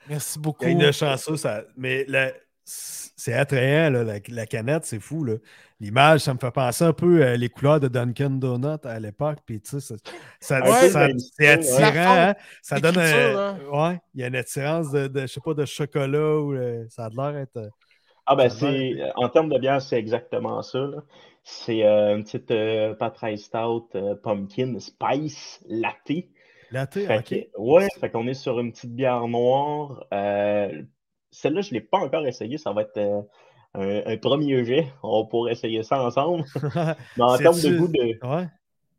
Merci il beaucoup. y a une chanceuse, ça- mais la- c'est attrayant, là, la, la canette, c'est fou. là. L'image, ça me fait penser un peu à les couleurs de Dunkin' Donut à l'époque. Puis, tu sais, ça, ça- Ouais, ça- ben, c'est la attirant. forme, hein. hein? Ça donne l'écriture, un. Ouais, il y a une attirance de, de, je sais pas, de chocolat ou euh, ça a l'air être. euh, Ah ben Ça c'est euh, en termes de bière, c'est exactement ça. là. C'est euh, une petite euh, Patrice Stout euh, pumpkin spice latte. Laté, Fait ok. que- ouais, fait qu'on est sur une petite bière noire. Euh, celle-là, je ne l'ai pas encore essayée. Ça va être euh, un, un premier jet. On pourrait essayer ça ensemble. Mais en termes de C'est-tu- goût de, ouais.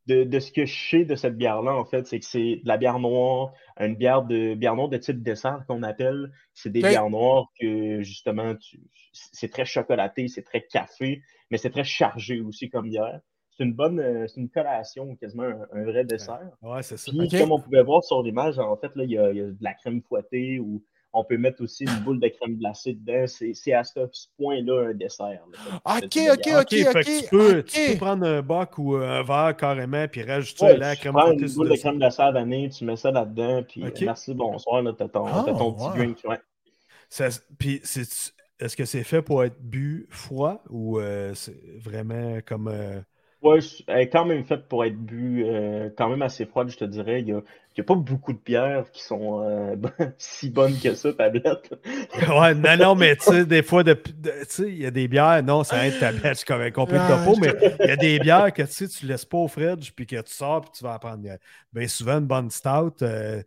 de, de ce que je sais de cette bière-là, en fait, c'est que c'est de la bière noire, une bière de bière noire de type dessert qu'on appelle. C'est des Ok. bières noires que justement, tu, c'est très chocolaté, c'est très café, mais c'est très chargé aussi comme bière. C'est une bonne, euh, c'est une collation, quasiment un, un vrai dessert. Ouais, c'est ça. Puis, Ok. comme on pouvait voir sur l'image, en fait, là, il y, a il y a de la crème fouettée ou on peut mettre aussi une boule de crème glacée dedans. C'est c'est à ce ce point-là un dessert. là. Ok, C'est- ok, Ok, ok, fait ok. que tu, peux, ok. tu peux prendre un bac ou euh, un verre carrément, puis rajouter Ouais, la tu crème prends fouettée une sur boule le de crème glacée à vanille, tu mets ça là-dedans, puis Ok. euh, merci, bonsoir, là, t'as ton, Ah, t'as ton petit ouais. drink. ouais. Ça s- puis, c'est- est-ce que c'est fait pour être bu froid ou euh, c'est vraiment comme. euh, Ouais, je- elle est quand même faite pour être bu, euh, quand même assez froide, je te dirais. Il n'y a, il y a pas beaucoup de bières qui sont euh, si bonnes que ça, tablette. Ouais, non, non, mais tu sais, des fois, de- de- tu sais, il y a des bières, non, ça aide ta bête, c'est comme compris le Ah, topo, je- mais il y a des bières que tu sais, tu laisses pas au fridge, puis que tu sors, puis tu vas en prendre. euh, Bien souvent, une bonne stout, euh,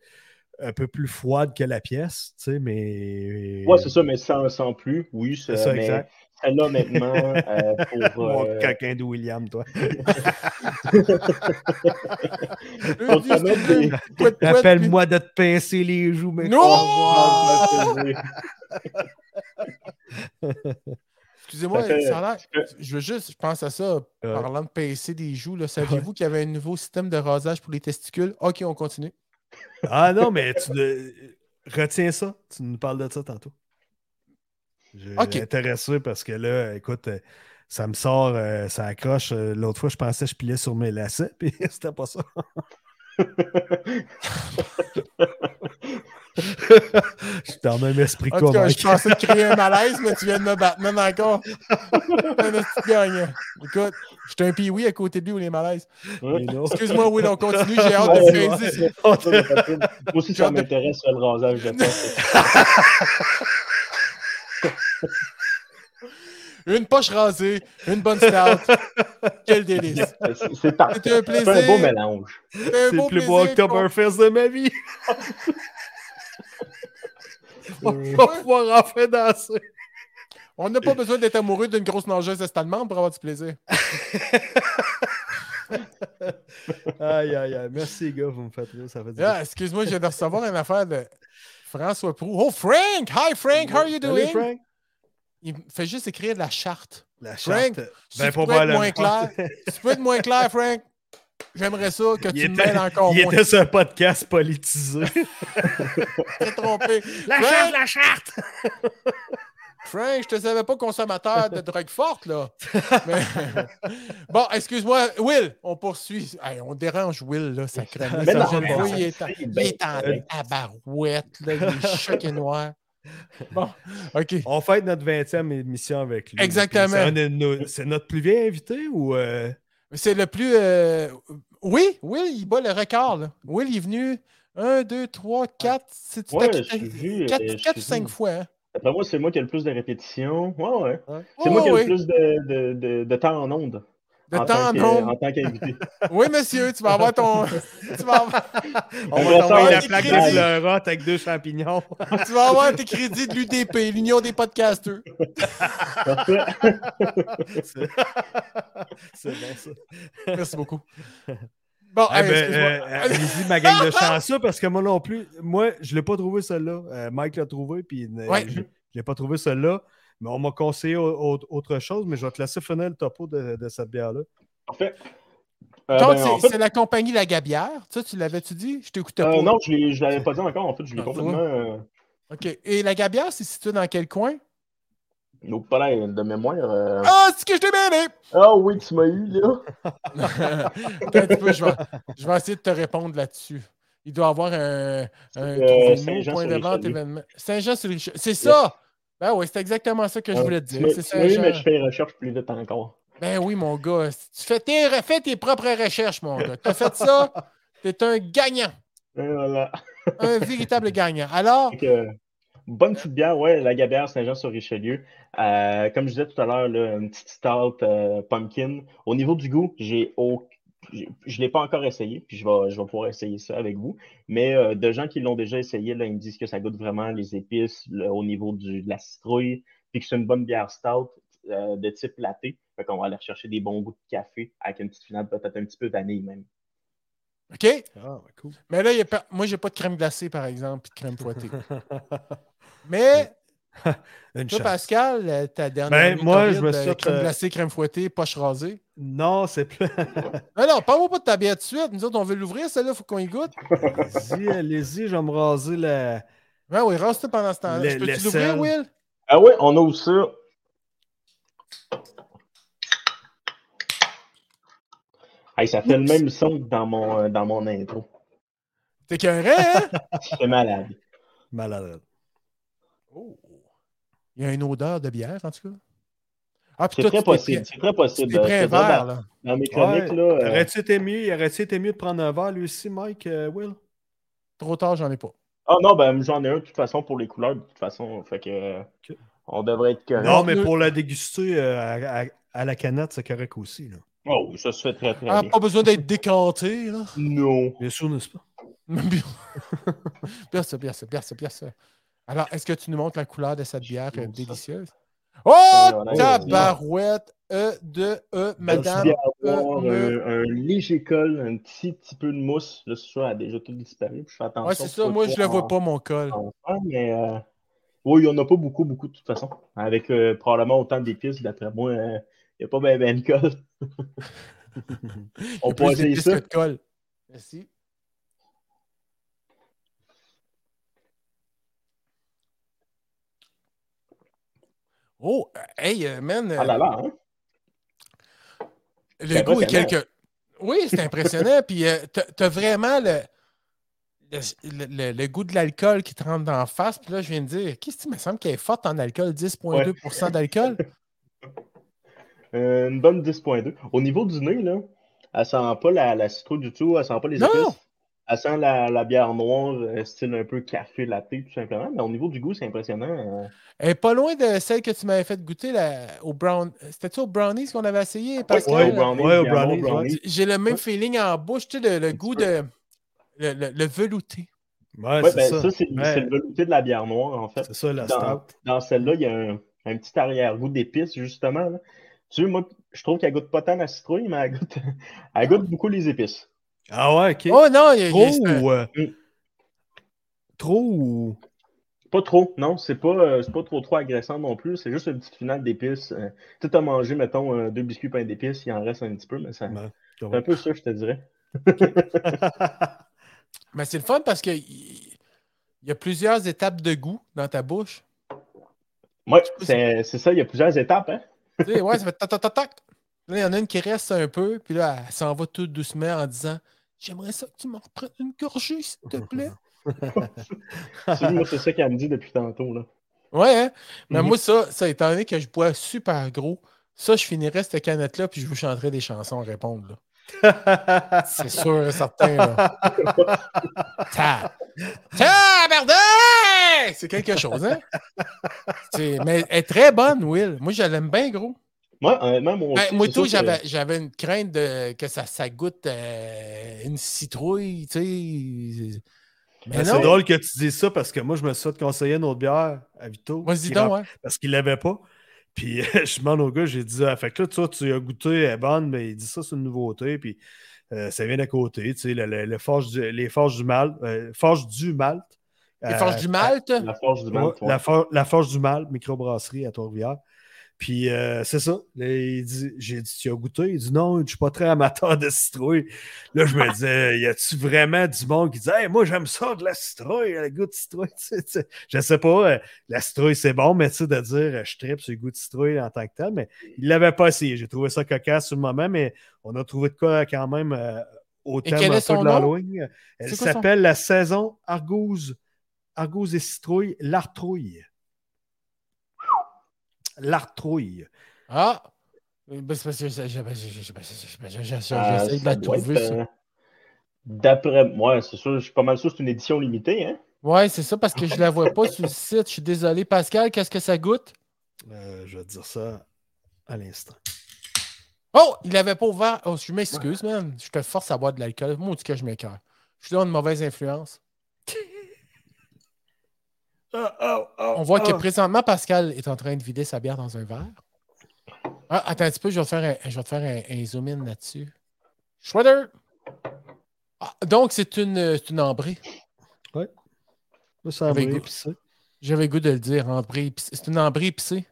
un peu plus froide que la pièce, tu sais, mais. euh, Ouais, c'est ça, mais sans, sans plus, oui. C'est ça, mais exact. Celle-là, maintenant, euh, pour. Mon euh, coquin de William, toi. Eux disent reconnaître qu'ils les- aiment pouet, pouet, Rappelle-moi de te pincer les joues, mais. Non! Oh, Ah, puis- Excusez-moi, Ça fait- ça a l'air- parce Je veux juste, je pense à ça, Ouais. parlant de pincer des joues. là, Saviez-vous qu'il y avait un nouveau système de rasage pour les testicules? Ok, on continue. Ah non, mais tu ne- retiens ça. Tu nous parles de ça tantôt. Je Ok. suis intéressé parce que là, écoute, euh, ça me sort, euh, ça accroche. Euh, L'autre fois, je pensais que je pilais sur mes lacets, puis c'était pas ça. je suis dans le même esprit que En tout cas, toi, Mike. je pensais te créer un malaise, mais tu viens de me battre. Même encore. Un petit gagnant. hein. Écoute, j'étais un pioui à côté de lui ou les malaises. Ouais. Mais non. Excuse-moi, Will, on continue. J'ai hâte de Ouais, pincer. ouais. Ça, mais pas cool. Moi aussi, ça Genre de- m'intéresse, le rasage de tête. Une poche rasée, une bonne start. Quel délice. C'est- C'est parfait. C'était un C'est un beau plaisir. mélange. C'est C'est le plus beau Oktoberfest de ma vie. On va pouvoir enfin danser. On n'a pas besoin d'être amoureux d'une grosse nageuse est-allemande pour avoir du plaisir. Aïe, aïe, aïe. Merci, les gars. Vous me faites rire. Ça fait du bien. Ah, Excuse-moi, je viens de recevoir une affaire de François Prou. Oh, Frank! Hi, Frank! How are you Salut, doing? Frank. Il me fait juste écrire de la charte. La Frank, charte. Si tu Ben, peux être probablement. moins clair, si tu peux être moins clair, Frank, j'aimerais ça que Il tu me était- mêles encore Il moins. était sur un podcast politisé. T'es trompé. la Frank! charte, la charte! Frank, je te savais pas consommateur de drogue forte, là. Mais- Bon, excuse-moi, Will, on poursuit. Hey, on dérange Will, là, sacrément. Mais Ça non, gêne mais pas, non, il est en, c'est il bien est en correct. tabarouette, là, il est choc et noir. Bon, OK. On fête notre 20e émission avec lui. Exactement. Puis C'est, un de nos- c'est notre plus vieil invité ou. euh, C'est le plus. euh, Oui, Will, il bat le record, là. Will, il est venu 1, 2, 3, 4, c'est Ouais, je suis vu, euh, je 4 ou suis 5 vu. fois. hein. Après moi, c'est moi qui ai le plus de répétitions. Ouais, ouais. C'est Oh, moi qui ai oui, le plus de, de, de, de temps en onde. de en temps tant en que- nombre. En tant qu'invité. Oui, monsieur, tu vas avoir ton. tu vas avoir- On va va t'envoyer la faire des plaque de crédits. pleurote avec deux champignons. Tu vas avoir tes crédits de l'UDP, l'Union des podcasteurs. Parfait. c'est... c'est bon, ça. Merci beaucoup. Eh Bon, Ah, hey, ben, excuse-moi. euh, allez-y, ma gang de chanceux, parce que moi non plus, moi, je ne l'ai pas trouvé celle-là. Euh, Mike l'a trouvé, puis euh, Ouais. je ne l'ai pas trouvé celle-là. Mais on m'a conseillé au- au- autre chose, mais je vais te laisser finir le topo de, de cette bière-là. Parfait. Euh, Donc, ben, c'est en fait, c'est la compagnie La Gabière. Ça, tu l'avais-tu dit? Je t'écoutais euh, pas. non, je ne l'avais pas dit encore. En fait, je l'ai Ah, complètement. euh, OK. Et La Gabière, c'est situé dans quel coin? Nos palais de mémoire. euh, Ah, c'est que je t'ai mêlé! Ah oui, tu m'as eu, là. Attends un petit peu, je vais, je vais essayer de te répondre là-dessus. Il doit avoir un, un Euh, trouvez-nous, Saint-Jean point sur de les vente Chaliers. événement. Saint-Jean-sur-Richelieu. C'est ça! Ben oui, c'est exactement ça que je Ouais. voulais te Tu dire. m'as- C'est tu ça, m'as eu, Jean. Ah. mais je fais les recherches plus vite encore. Ben oui, mon gars. si Tu fais tes, fais tes propres recherches, mon gars. T'as fait ça, t'es un gagnant. Et voilà. Un véritable gagnant. Alors, Fait que, bonne petite bière, ouais, la Gabière Saint-Jean-sur-Richelieu. Euh, comme je disais tout à l'heure, là, une petite stout euh, pumpkin. Au niveau du goût, j'ai au- j'ai- Je ne l'ai pas encore essayé, puis je vais, je vais pouvoir essayer ça avec vous. Mais euh, de gens qui l'ont déjà essayé, là, ils me disent que ça goûte vraiment les épices le- au niveau du, de la citrouille, puis que c'est une bonne bière stout euh, de type laté. Fait qu'on va aller rechercher des bons goûts de café avec une petite finale peut-être un petit peu vanille même. OK? Ah, cool. Mais là, il y a pas- moi, j'ai pas de crème glacée, par exemple, puis de crème fouettée. Mais, Une toi, chance. Pascal, euh, ta Ben, dernière. moi, je me suis suis fait, Crème euh, glacée, crème fouettée, poche rasée. Ben Non, c'est plus. Non, non, parle-moi pas de ta bière tout de suite. Nous autres, on veut l'ouvrir, celle-là, faut qu'on y goûte. allez-y, allez-y, je vais me raser la. Ben oui, rase-toi pendant ce temps-là. Le- Je peux-tu l'aisselle. l'ouvrir, Will? Ah ouais, on ouvre ça. Hey, ça fait le même son que dans mon, euh, dans mon intro. T'es qu'un hein? C'est malade. Malade. Oh. Il y a une odeur de bière, en tout cas. Ah, puis C'est toi, très tu t'es possible. pris- C'est très tu possible. euh, t'es pris un C'est vrai, verre, dans, là. dans mes Ouais. chroniques, là, euh, Aurait-il été mieux, aurait-il été mieux de prendre un verre lui aussi, Mike euh, Will? Trop tard, j'en ai pas. Ah non, ben j'en ai un de toute façon pour les couleurs, de toute façon. Fait que euh, Ok. on devrait être correct. Euh, Non, mais le- pour la déguster euh, à, à- à la canette, c'est correct aussi. Là. Oh, ça se fait très très Ah, bien. pas besoin d'être décanté, là. Non. Bien sûr, n'est-ce pas? Bien ça, bien ça, bien ça, bien ça. Alors, est-ce que tu nous montres la couleur de cette bière euh, trouve ça. hein. délicieuse? Oh, voilà, tabarouette! E de E, Même madame. s'il y a à avoir euh, un, un léger col, un petit, petit peu de mousse, là, ce soir, elle a déjà tout disparu. puis Je fais attention. Ouais, c'est pour ça, pas moi, le je le voir vois pas, mon col. en- en- mais euh, oui, il n'y en a pas beaucoup, beaucoup de toute façon. Avec euh, probablement autant d'épices, d'après moi, il n'y a pas ben ben de col. Il y On a peut plus essayer d'épices que ça. de colle. Merci. Oh, euh, hey, euh, man, euh, Ah là là, hein? le c'est goût est impressionnant. quelque. Oui, c'est impressionnant. Puis, euh, t'as- t'as vraiment le, le, le- le goût de l'alcool qui te rentre dans la face. Puis là, je viens de dire, qu'est-ce qui me semble qu'elle est forte en alcool? 10,2 d'alcool? Euh, une bonne 10.2. Au niveau du nez, là, elle sent pas la, la citrouille du tout, elle sent pas les Non! épices. Elle sent la, la bière noire, euh, style un peu café latte, tout simplement. Mais au niveau du goût, c'est impressionnant. euh. Elle est pas loin de celle que tu m'avais fait goûter la- au brown. C'était-tu au brownies qu'on avait essayé? Pascal? ouais, Au brownies, ouais, au puis à mon brownies, ouais. brownies. J'ai le même feeling en bouche, tu sais, le, le goût petit de. Le, le- le velouté. Ouais, Ouais, c'est ben, ça. ça, c'est Ouais. c'est le velouté de la bière noire, en fait. C'est ça, la Dans- stout. dans celle-là, il y a un, un petit arrière-goût d'épices, justement. là. Tu sais, moi, je trouve qu'elle goûte pas tant la citrouille, mais elle goûte, elle goûte beaucoup les épices. Ah ouais, ok. Oh non, il y a- il y a- trop c'est- ou. euh, Mm. Trop ou. Pas trop, non, c'est pas, euh, c'est pas trop trop agressant non plus, c'est juste une petite finale d'épices. euh, tu as mangé, mettons, euh, deux biscuits pain d'épices, il en reste un petit peu, mais ça, Ouais. c'est un peu ça, je te dirais. mais c'est le fun parce que il il y a plusieurs étapes de goût dans ta bouche. Ouais, c'est c'est ça, il y a plusieurs étapes, hein? Tu sais, ouais, ça fait tac, tac, tac, tac. Là, il y en a une qui reste un peu, puis là, elle s'en va tout doucement en disant J'aimerais ça que tu m'en reprennes une gorgée, s'il te plaît. Tu sais, moi, c'est ça qu'elle me dit depuis tantôt, là. Ouais, hein? Mais Mhm. moi, ça, ça, étant donné que je bois super gros, ça, je finirais cette canette-là, puis je vous chanterais des chansons à répondre. là. C'est sûr et certain, là. Ta. Tabardin! C'est quelque chose, hein? C'est- Mais elle est très bonne, Will. Moi, je l'aime bien gros. Moi, honnêtement, moi Ben, aussi, moi, c'est tout, sûr que- j'avais, j'avais une crainte de, que ça, ça goûte euh, une citrouille, tu sais. Mais Ben, non, c'est drôle que tu dises ça parce que moi, je me suis fait conseiller une autre bière à Vito. vas-y qui donc, rem- hein. Parce qu'il l'avait pas. Puis euh, je demande au gars, j'ai dit, ah, fait que là, toi, tu as goûté, elle est bonne, mais il dit ça, c'est une nouveauté. Puis euh, ça vient d'à côté, tu sais, le, le- le forge du, les forges du mal, euh, forge du malt. Les euh, forges hein. du Malte. La force du mal, Ouais, la, for- la Forge du Mal, microbrasserie à Trois-Rivières. Puis euh, c'est ça. Là, il dit- j'ai dit, tu as goûté? Il dit, non, je suis pas très amateur de citrouille. Là, je me disais, y a-tu vraiment du monde qui dit, hey, moi, j'aime ça, de la citrouille, le goût de citrouille? Tu sais, tu sais, je sais pas, euh, la citrouille, c'est bon, mais tu sais, de dire, euh, je tripe sur le goût de citrouille en tant que tel, mais il l'avait pas essayé. J'ai trouvé ça cocasse sur le moment, mais on a trouvé de quoi quand même euh, au thème quel un est peu son de nom? l'Halloween. euh, Elle C'est quoi son- s'appelle la saison Argouze. Argouze et citrouille, l'artrouille. l'artrouille. Ah! Ben, c'est parce que j'ai- j'ai- j'ai- j'ai- j'ai- j'ai- Ah, Euh, J'essaie de ça la doit trouver, être, ça. euh, D'après moi, c'est sûr, je suis pas mal sûr que c'est une édition limitée, hein? Ouais, c'est ça, parce que je la vois pas sur le site. Je suis désolé. Pascal, qu'est-ce que ça goûte? Euh, je vais te dire ça à l'instant. Oh, il l'avait pas ouvert. Oh, je m'excuse, man. Je te force à boire de l'alcool. Moi, que je m'écœure. Je suis dans une mauvaise influence. On voit que présentement, Pascal est en train de vider sa bière dans un verre. Ah, attends un petit peu, je vais te faire un, je vais te faire un, un zoom in là-dessus. Schroeder! Ah, donc, c'est une, euh, c'est une ambrée. Moi, ça Avec m'a goût. épicé. J'avais le goût de le dire, ambrée épicée. C'est une ambrée épicée.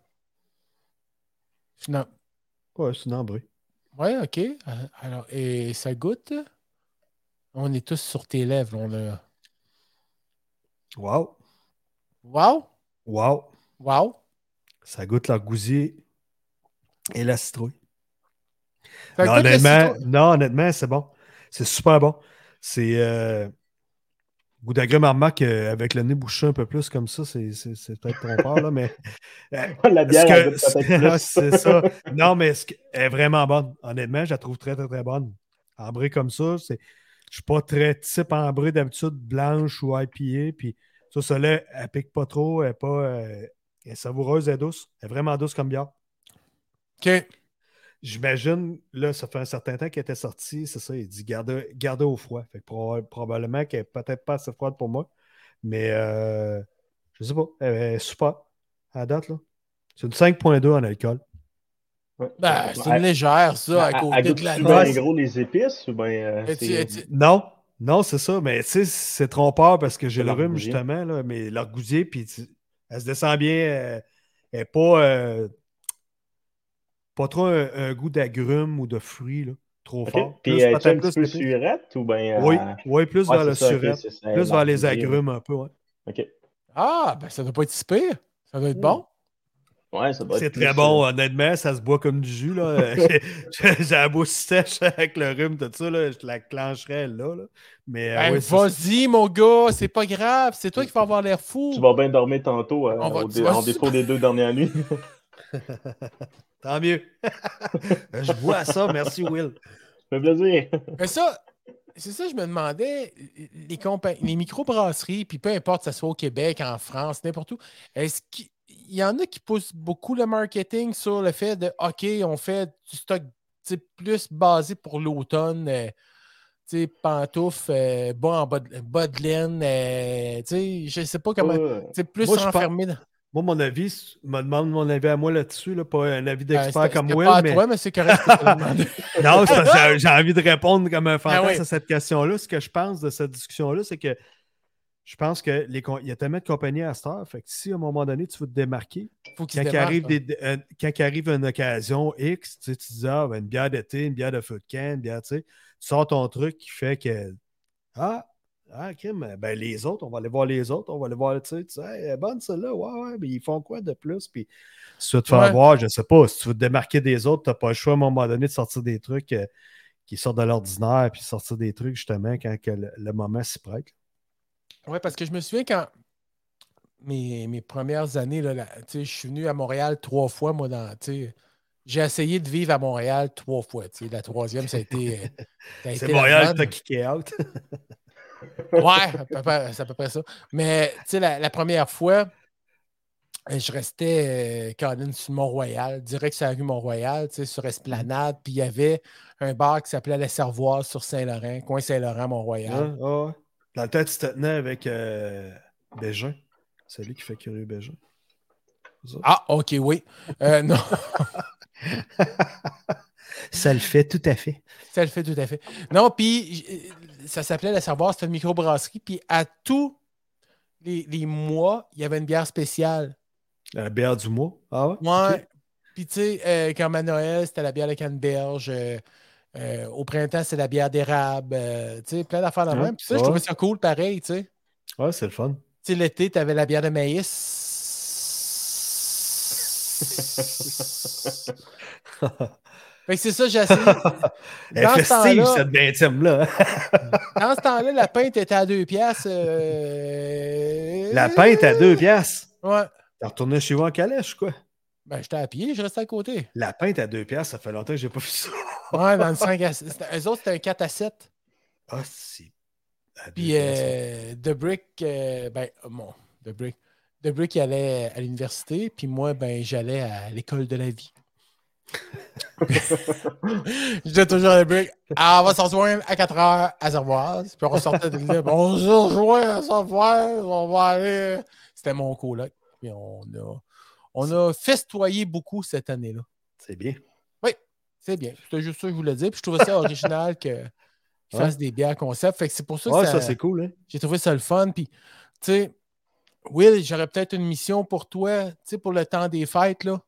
C'est une am- Ouais, c'est une ambrée. Ouais, OK. Euh, Alors, et ça goûte? On est tous sur tes lèvres. On a... Wow. Wow! Wow. Wow! Ça goûte l'argousier et la citrouille. Ça Non, goûte le honnêtement, citron. non, honnêtement, c'est bon. C'est super bon. C'est. Euh, goût d'agrumes en marque, euh, avec le nez bouché un peu plus comme ça, c'est c'est- c'est peut-être trompeur, là, mais. La bière, elle goûte Est-ce que- peut-être Ah, plus. c'est ça. Non, mais est-ce que- elle est vraiment bonne. Honnêtement, je la trouve très, très, très bonne. Ambrée comme ça, c'est... je suis pas très type ambrée d'habitude, blanche ou IPA. Puis ça, celle-là, elle pique pas trop, elle est pas. euh, elle est savoureuse, elle est douce. Elle est vraiment douce comme bière. OK. J'imagine, là, ça fait un certain temps qu'elle était sortie, c'est ça, il dit gardez, gardez au froid. Fait que proba- probablement qu'elle est peut-être pas assez froide pour moi, mais euh, je sais pas, elle est super à la date, là. C'est une 5.2 en alcool. Ouais. Ben, c'est une Elle- légère, ça, à elle- côté elle de goûte-tu la bien noix. gros les épices ou bien. euh, Et tu- c'est- et tu- Non, non, c'est ça, mais tu sais, c'est trompeur parce que j'ai C'est le rhume l'argousier. justement, là, mais l'argousier, puis tu- elle se descend bien, euh, elle n'est pas, euh, pas trop un, un goût d'agrumes ou de fruits, là, trop Ok. fort. Puis euh, Plus, elle est un peut-être plus petit peu l'été. surette ou bien. euh, Oui, oui, plus vers le suret, plus vers les agrumes. agrumes un peu. ouais. Ok. Ah, ben, ça doit pas être si pire. Ça doit être bon. Ouais, ça doit C'est être très plus, bon, euh, honnêtement, ça se boit comme du jus. là. J'ai j'ai la bouche sèche avec le rhume, tout ça, là, je la clencherais là. là. Mais euh, Ben, ouais, c'est- vas-y, mon gars, c'est pas grave. C'est toi qui vas avoir l'air hein. fou. Tu vas bien dormir tantôt euh, On va- au tu dé- vas- en défaut des deux dernières nuits. tant mieux. je bois ça, merci Will. Ça fait plaisir. Mais Ben ça, c'est ça, je me demandais, les, compa- les microbrasseries, puis peu importe, que ce soit au Québec, en France, n'importe où, est-ce qu'il il y en a qui poussent beaucoup le marketing sur le fait de OK, on fait du stock tu sais, plus basé pour l'automne, euh, tu sais, pantoufles, euh, bas en bas de, bas de laine, euh, tu sais, je sais pas comment. Ouais. tu sais, plus Euh, Moi, je pense- enfermé. dans- Moi, mon avis, c- me demande mon avis à moi là-dessus, là, pas un avis Ben, d'expert c'était- comme c'était Will, pas à mais toi, mais c'est correct. je te le demandais. non, c'est parce que j'ai- j'ai envie de répondre comme un fantasme Ben oui. à cette question-là. Ce que je pense de cette discussion-là, c'est que je pense que les com- il y a tellement de compagnies à cette heure, fait que si à un moment donné, tu veux te démarquer, Faut qu'il quand, se il arrive démarque, des- des- euh, quand il arrive une occasion X, tu, sais, tu dis ah, ben, une bière d'été, une bière de feu de camp, une bière, tu sais, tu sors ton truc qui fait que Ah, ah, crime, ben les autres, on va aller voir les autres, on va aller voir, tu sais, tu dis, Hey, elle est bonne celle-là, ouais, ouais, mais ils font quoi de plus? Puis si tu veux te faire Ouais. voir, je sais pas, si tu veux te démarquer des autres, t'as pas le choix à un moment donné de sortir des trucs euh, qui sortent de l'ordinaire, puis sortir des trucs justement quand que le, le moment s'y prête. Oui, parce que je me souviens quand mes, mes premières années, là, là, tu sais, je suis venu à Montréal trois fois, moi, dans. tu sais, J'ai essayé de vivre à Montréal trois fois. tu sais. La troisième, ça a été. euh, ça a C'est été la Montréal qui vanne. t'a kické out. Ouais, à peu près- c'est à peu près ça. Mais tu sais, la, la première fois, euh, je restais euh, Colin, sur Mont-Royal, direct sur la rue Mont-Royal, tu sais, sur Esplanade. Puis il y avait un bar qui s'appelait La Servoise sur Saint-Laurent, coin Saint-Laurent, Mont-Royal. Hein? Ah ouais. Dans le temps, tu te tenais avec euh, Bégin. C'est lui qui fait curieux Bégin. Ah, OK, oui. Euh, non. Ça le fait tout à fait. Ça le fait tout à fait. Non, puis j- euh, ça s'appelait La Savoir, c'était une microbrasserie. Puis à tous les, les mois, il y avait une bière spéciale. La bière du mois. Euh, Ah ouais? Ouais. Ok. Puis tu sais, euh, comme à Noël, c'était la bière de canneberge. euh, euh, au printemps, c'est la bière d'érable. euh, tu sais, plein d'affaires de Ouais, même. Puis ça, je ouais. trouvais ça cool pareil, tu sais. Ouais, c'est le fun. Tu sais, l'été, tu avais la bière de maïs. Fait que c'est ça, j'ai essayé. Elle est Dans ce festive, temps-là- cette vingtième-là. Dans ce temps-là, la pinte était à deux piastres. euh, La pinte à deux piastres. Ouais. T'as retourné chez vous en calèche, quoi. Ben, j'étais à pied, je restais à côté. La pinte à deux piastres, ça fait longtemps que j'ai pas vu ça. Ouais, dans le 5 à 6. Eux autres, c'était un 4 à 7. Ah, si. À deux Puis piastres. euh, The Brick, euh, ben, bon, The Brick. The Brick, il allait à l'université, puis moi, ben, j'allais à l'école de la vie. je disais toujours à The Brick, ah, on va se rejoindre à 4 heures à Servoise. Puis on sortait de là, on se rejoint à Servoise, on va aller. C'était mon coloc. Puis on a, on a festoyé beaucoup cette année-là. C'est bien. C'est bien. C'était juste ça que je voulais dire. Puis je trouvais ça original que qu'ils fassent des bières concept. Fait que c'est pour ça que Ouais, ça- ça, c'est cool, hein? j'ai trouvé ça le fun. Puis, tu sais, Will, j'aurais peut-être une mission pour toi, tu sais, pour le temps des fêtes, là.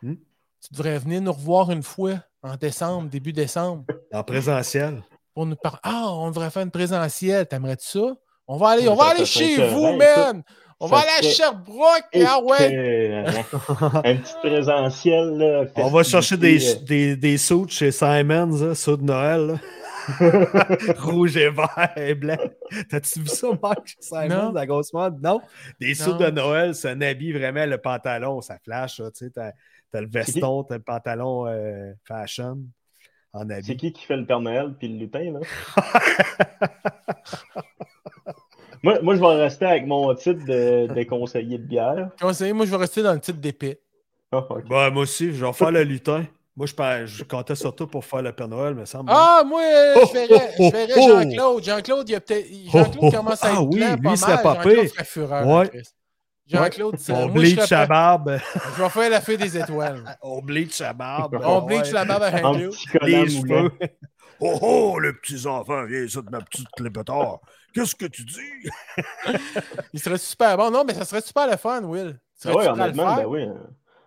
Hmm. Tu devrais venir nous revoir une fois en décembre, début décembre, En présentiel. pour nous parler. Ah, on devrait faire une présentielle. T'aimerais-tu ça? On va aller, Ouais, on va ça- aller ça chez serait Ben, vous, écœurant, man! On Ça va aller à serait Sherbrooke! Et Ah ouais! que, euh, un petit présentiel. là, On va festivité, chercher des, euh, des, des suits chez Simons, hein, ceux de Noël. là. Rouge et vert et blanc. T'as-tu vu ça, Mike, chez Simons, Non. la grosse mode? Non. Des suits Non. de Noël, c'est un habit vraiment, le pantalon, ça flash. là, Tu sais, t'as, t'as le veston, t'as le pantalon euh, fashion en C'est habit. qui qui fait le Père Noël puis le lutin, là? moi, moi, je vais rester avec mon titre de, de conseiller de bière. Conseiller, moi, je vais rester dans le titre d'épée. Ah, ok. Bah, moi aussi, je vais faire le lutin. Moi, je, pars- je comptais surtout pour faire le Père Noël, me semble. Ah, moi, euh, Hmm. Oh, je verrais, oh, je verrais oh, oh. Jean-Claude. Jean-Claude, il y a peut-être. Jean-Claude oh, commence à ah être oui, blanc lui, pas c'est mal. pas Jean-Claude pire. ferait fureur. Ouais. hein, Chris. Jean-Claude, c'est- on moi, je, bleach serais pas- la barbe. je vais faire la fée des étoiles. On bleach la barbe. On bleach Ouais. la barbe à En Andrew. petit collant les moulant. cheveux. Oh oh, les petits enfants, viens ici de ma petite clépotard. Qu'est-ce que tu dis? Il serait super bon. Non, mais ça serait super le fun, Will. Tu Ah ouais, serais-tu prêt à le honnêtement, ben faire? oui. Un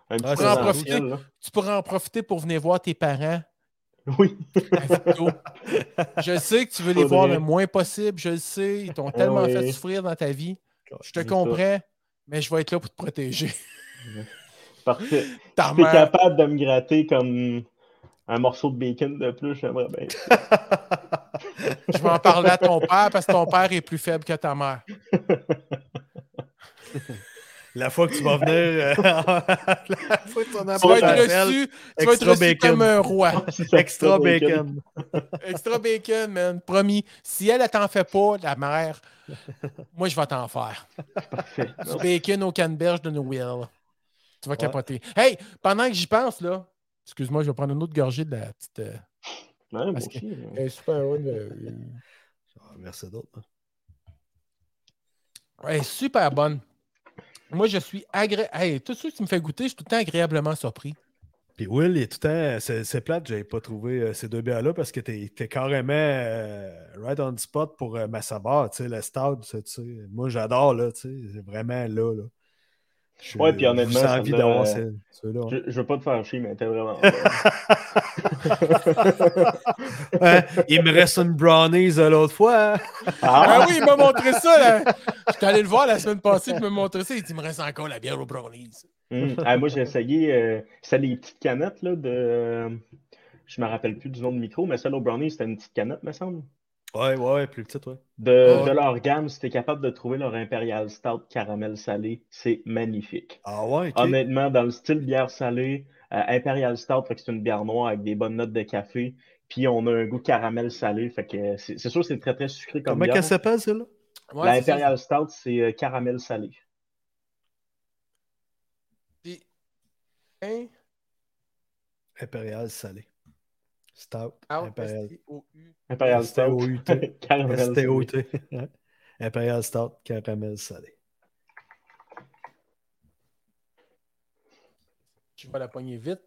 un petit Ah, ça, présentiel, en profiter. là. Tu pourrais en profiter pour venir voir tes parents Oui. à Victo. Je sais que tu veux les Faudrait. voir le moins possible. Je le sais. Ils t'ont tellement ouais. fait souffrir dans ta vie. Je te C'est ça. comprends, mais je vais être là pour te protéger. Parfait. Ta Si t'es mère. capable de me gratter comme un morceau de bacon de plus, j'aimerais bien. Je vais en parler à ton père parce que ton père est plus faible que ta mère. La fois que tu vas venir. euh, la fois que tu en as Tu vas pas être la selle, reçu, tu vas être extra reçu bacon. comme un roi. Extra bacon. Extra bacon, man. Promis. Si elle, elle t'en fait pas, la mère, moi, je vais t'en faire. Parfait. Du bacon au canneberge de nos Will. Tu vas capoter. Hey, pendant que j'y pense, là, excuse-moi, je vais prendre une autre gorgée de la petite. euh, Ouais, moi Parce que- aussi, là. super bonne. euh, Ah, Merci d'autres. Ouais, super bonne. Moi, je suis agréable. Hey, tout ce qui me fait goûter, je suis tout le temps agréablement surpris. Puis Will, il est tout le temps. C'est, c'est plate, j'avais pas trouvé euh, ces deux bières-là parce que t'es, t'es carrément euh, right on the spot pour euh, ma sabbat, tu sais, le stade, tu sais. Moi, j'adore, là, tu sais. C'est vraiment là, là. Je- Ouais, puis honnêtement, j'ai ça envie me donne, d'avoir euh, ceux- ceux-là. hein. Je, je veux pas te faire chier, mais t'es vraiment. Hein? Il me reste une brownies euh, l'autre fois. hein? Ah Ah, oui, il m'a montré ça. Là. J'étais allé le voir la semaine passée, il m'a montré ça. Il dit Il me reste encore la bière au brownies. hum. Ah, moi, j'ai essayé. euh, c'était les petites canettes là, de. Je me rappelle plus du nom de micro, mais celle au Brownie, c'était une petite canette, me semble. Ouais, ouais, plus petite, ouais. De, Ah Ouais. de leur gamme, si t'es capable de trouver leur Imperial Stout caramel salé, c'est magnifique. Ah ouais, ok. Honnêtement, dans le style bière salée, euh, Imperial Stout, fait que c'est une bière noire avec des bonnes notes de café. Puis on a un goût caramel salé. Fait que euh, c'est c'est sûr que c'est très très sucré comme Comment bière. qu'elle s'appelle, celle-là? Ouais, la c'est ça. Imperial Stout, c'est euh, caramel salé. Puis- Hein? Impérial salé. Stout. Out, Impérial. S-T-O-U. Imperial Stout. S-T-O-U-T. caramel salé. S-T-O-T. Impérial Stout, caramel salé. Je vais la poigner vite.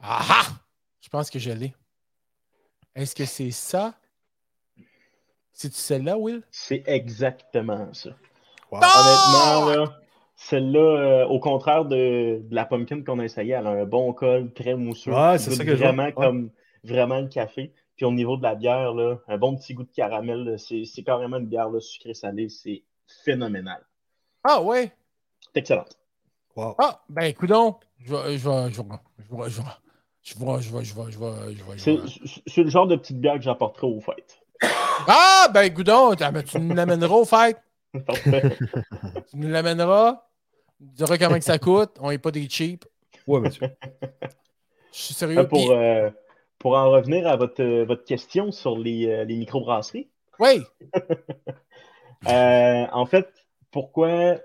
Ah ah! Je pense que je l'ai. Est-ce que c'est ça? C'est-tu celle-là, Will? C'est exactement ça. Wow. Honnêtement, Ah! là, celle-là, euh, au contraire de, de la pumpkin qu'on a essayé, elle a un bon col, très mousseux. Ouais, qui c'est goûte ça que je vois. Vraiment Ouais. comme vraiment le café. Puis au niveau de la bière, là, un bon petit goût de caramel. là, C'est c'est carrément une bière là, sucrée salée. C'est phénoménal. Ah ouais! C'est excellent. Wow. Ah! Ben, coudon! Je vais. Je vais. Je vais. Je vais. Je vais. Je vais. Je vais. Je vais. Je vais. Je C'est vais. c'est le genre de petite bière que j'apporterai aux fêtes. Ah! Ben, coudon! Tu me ben, l'amèneras au fait! Parfait. Tu nous l'amèneras, tu nous diras comment que ça coûte, on n'est pas des cheap. Ouais, monsieur. Je suis Euh, sérieux. pour, euh, pour en revenir à votre, euh, votre question sur les, euh, les microbrasseries, Oui, euh, en fait, pourquoi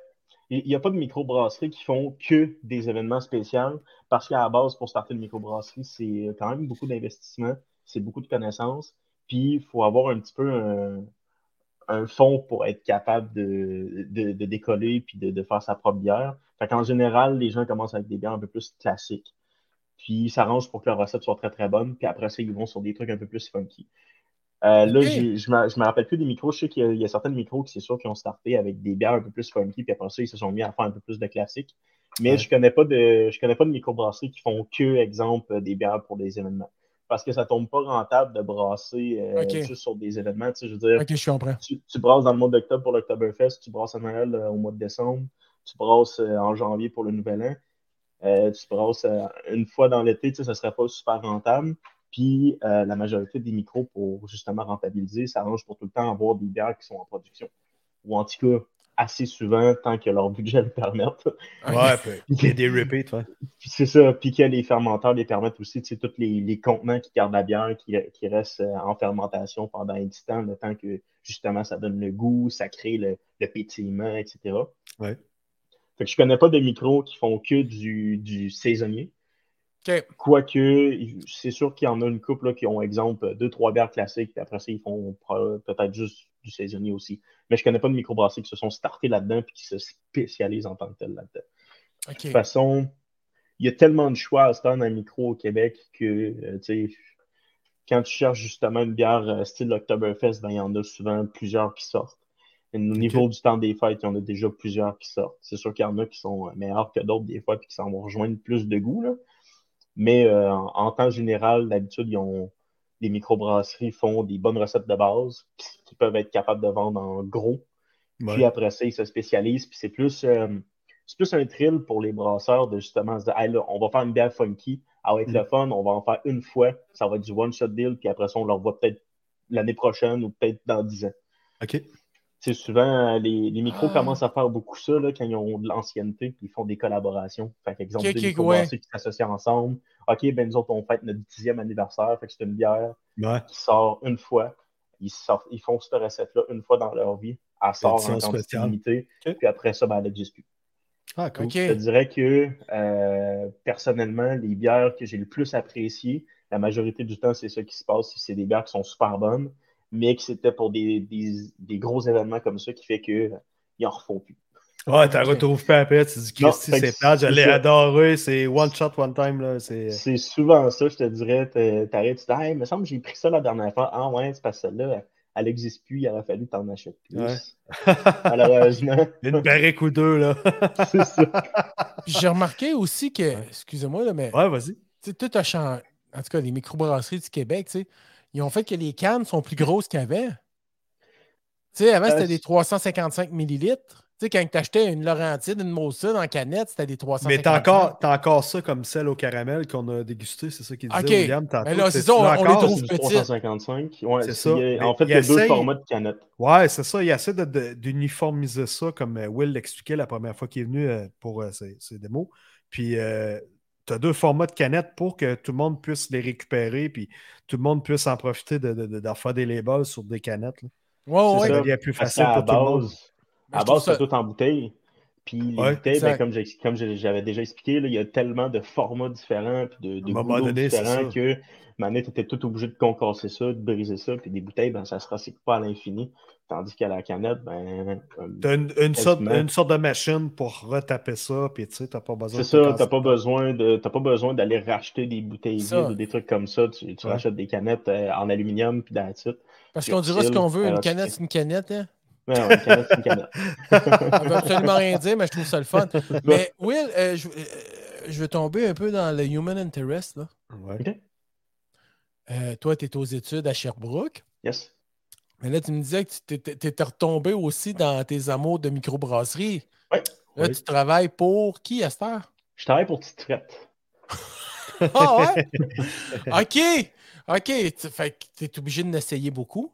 il n'y a pas de microbrasseries qui font que des événements spéciaux? Parce qu'à la base, pour starter une microbrasserie, c'est quand même beaucoup d'investissement, c'est beaucoup de connaissances, puis il faut avoir un petit peu un, un fond pour être capable de, de, de décoller puis de, de faire sa propre bière. Fait qu'en général, les gens commencent avec des bières un peu plus classiques. Puis ils s'arrangent pour que leur recette soit très très bonne. Puis après ça, ils vont sur des trucs un peu plus funky. Euh, là, Ok. j'ai- je me, je me rappelle plus des micros. Je sais qu'il y a, il y a certaines micros qui, c'est sûr, qui ont starté avec des bières un peu plus funky. Puis après ça, ils se sont mis à faire un peu plus de classiques. Mais Ouais. je connais pas de je connais pas de microbrasseries qui font que, exemple, des bières pour des événements. Parce que ça tombe pas rentable de brasser euh, Ok. juste sur des événements. Tu sais, je veux dire, ok, je comprends. tu, tu brasses dans le mois d'octobre pour l'Octoberfest, tu brasses à Noël euh, au mois de décembre, tu brasses euh, en janvier pour le Nouvel An, euh, tu brasses euh, une fois dans l'été, tu sais, ça serait pas super rentable. Puis euh, la majorité des micros, pour justement rentabiliser, s'arrangent pour tout le temps avoir des bières qui sont en production. Ou en tout cas, assez souvent, tant que leur budget le permette. Ouais, puis- puis qu'il y ait des repeats, ouais. Puis c'est ça, puis que les fermenteurs les permettent aussi, tu sais, tous les, les contenants qui gardent la bière, qui, qui restent euh, en fermentation pendant X temps, le temps que justement ça donne le goût, ça crée le, le pétillement, etc. Ouais. Fait que je connais pas de micros qui font que du, du saisonnier. Ok. Quoique, c'est sûr qu'il y en a une couple là, qui ont, exemple, deux, trois bières classiques, puis après ça, ils font pro- peut-être juste du saisonnier aussi. Mais je connais pas de microbrasseries qui se sont startés là-dedans puis qui se spécialisent en tant que tel là-dedans. Ok. De toute façon, il y a tellement de choix à ce temps d'un micro au Québec que, euh, tu sais, quand tu cherches justement une bière euh, style Oktoberfest, ben, il y en a souvent plusieurs qui sortent. Et au niveau du temps des fêtes, il y en a déjà plusieurs qui sortent. C'est sûr qu'il y en a qui sont euh, meilleurs que d'autres des fois puis qui s'en vont rejoindre plus de goût, là. Mais euh, en, en temps général, d'habitude, ils ont les microbrasseries font des bonnes recettes de base qui- qui peuvent être capables de vendre en gros. Puis Ouais. après ça, ils se spécialisent. Puis c'est plus, euh, c'est plus un thrill pour les brasseurs de justement se dire, hey, là, on va faire une bière funky, elle va être Mm. le fun, on va en faire une fois, ça va être du one-shot deal, puis après ça, on le revoit peut-être l'année prochaine ou peut-être dans 10 ans. OK. C'est souvent, euh, les, les micros Ah. commencent à faire beaucoup ça là, quand ils ont de l'ancienneté, puis ils font des collaborations. Fait qu'exemple, Ok, deux ok, microbrasseries qui s'associent ensemble. OK, ben nous autres, on fête notre dixième anniversaire, fait que c'est une bière Ouais. qui sort une fois. Ils, sortent, ils font cette recette-là une fois dans leur vie. Elle sort en Édition quantité spéciale. limitée. Ok. Puis après ça, ben, elle n'existe plus. Ah, cool. Ok. Je te dirais que euh, personnellement, les bières que j'ai le plus appréciées, la majorité du temps, c'est ça qui se passe. C'est des bières qui sont super bonnes, mais que c'était pour des, des- des gros événements comme ça qui fait que ils en refont plus. Ouais, t'en retrouves pas après, tu dis Non, Christy, fait que c'est plate, je c'est l'ai ça. adoré, c'est one shot, one time, là, c'est... C'est souvent ça, je te dirais, t'es- t'arrêtes, tu dis, hey, il me semble que j'ai pris ça la dernière fois. Ah ouais, c'est parce que celle-là, elle n'existe plus, il aurait fallu que t'en achètes plus. Ouais. Malheureusement, Une barrique ou deux, là. c'est ça. Puis J'ai remarqué aussi que, Ouais. excusez-moi, là, mais Ouais, vas-y. tu sais, tout a changé. En tout cas, les microbrasseries du Québec, tu sais, ils ont fait que les cannes sont plus grosses qu'avant. Tu sais, avant, Euh, c'était c'est- des 355 millilitres. Tu sais, quand tu achetais une Laurentide, une Molson en canette, c'était des 355. Mais t'as encore, t'as encore ça comme celle au caramel qu'on a dégusté, c'est ça qu'il disait, Ok. William, tantôt. Mais là, c'est T'as-tu ça, on- encore on les trouve C'est du petite. 355. Ouais, C'est c'est- ça. il y a- Mais en fait, il il y a deux essaye- formats de canettes. Ouais, c'est ça. Il essaie de- de- d'uniformiser ça, comme euh, Will l'expliquait la première fois qu'il est venu euh, pour euh, ses, ses démos. Puis, tu as deux formats de canettes pour que tout le monde puisse les récupérer, puis tout le monde puisse en profiter de, de, de- d'en faire des labels sur des canettes. là. Ouais, C'est ouais. ça ça. devient plus Parce facile qu'à pour tout le monde. base, Mais à je trouve base, ça- c'est tout en bouteille. Puis les Ouais, bouteilles, ben, exact. comme j'ai- comme j'ai- j'avais déjà expliqué, là, il y a tellement de formats différents puis de, de À un moment goulots donné, c'est différents ça. que Manette était tout obligé de concasser ça, de briser ça. Puis des bouteilles, ben, ça se recycle pas à l'infini. Tandis qu'à la canette, ben, euh, T'as une, une sorte, Quasiment. une sorte de machine pour retaper ça, puis tu sais, t'as pas besoin c'est de ça, tout t'as casser. pas besoin de, t'as pas besoin d'aller racheter des bouteilles Ça. vides ou des trucs comme ça. Tu, tu Ouais. rachètes des canettes euh, en aluminium puis dans Parce Sur qu'on dira ce Seal, qu'on veut, une alors, canette, Ah, c'est- c'est une canette. Hein? Ben, Ouais, ouais, une canette, c'est une canette. Ça veut absolument rien dire, mais je trouve ça le fun. Mais Will, euh, je, euh, je veux tomber un peu dans le human interest. Là. Ouais. Euh, toi, tu es aux études à Sherbrooke. Yes. Mais là, tu me disais que tu t'étais- t'étais retombé aussi dans tes amours de microbrasserie. Ouais. Là, Oui. tu travailles pour qui à cette heure? Je travaille pour Petite Frette. Ah ouais? OK! OK! Tu- Fait que tu es obligé de l'essayer beaucoup.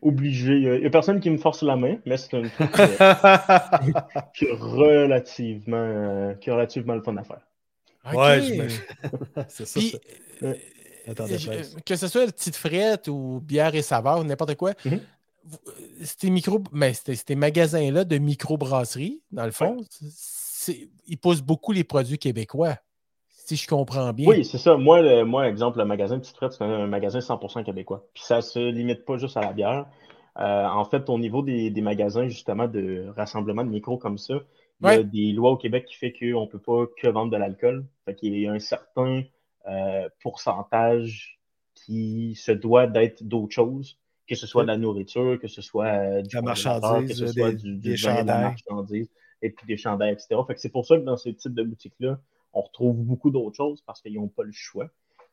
obligé. Il n'y a personne qui me force la main, mais c'est un truc euh, qui, est relativement, euh, qui est relativement le fun à faire. Ouais, Ok. j'imagine. c'est ça. Puis, ça. euh, Attendez, je- presse. que ce soit le petite frette ou bière et saveur ou n'importe quoi, Mhm. vous- euh, ces, micro, mais ces, ces magasins-là de microbrasserie, dans le fond, c'est- ils poussent beaucoup les produits québécois, si je comprends bien. Oui, c'est ça. Moi, le- moi, exemple, le magasin Petite Frette, c'est un magasin 100% québécois. Puis ça se limite pas juste à la bière. Euh, en fait, au niveau des, des magasins, justement, de rassemblement de micros comme ça, il y a Ouais. des lois au Québec qui fait qu'on peut pas que vendre de l'alcool. Fait qu'il y a un certain euh, pourcentage qui se doit d'être d'autres choses, que ce soit de la nourriture, que ce soit euh, du La congélateur, marchandise, que ce des- soit du, du des vin, de la chandails. marchandise, et puis des chandails, etc. Fait que c'est pour ça que dans ce type de boutique-là, on retrouve beaucoup d'autres choses parce qu'ils n'ont pas le choix.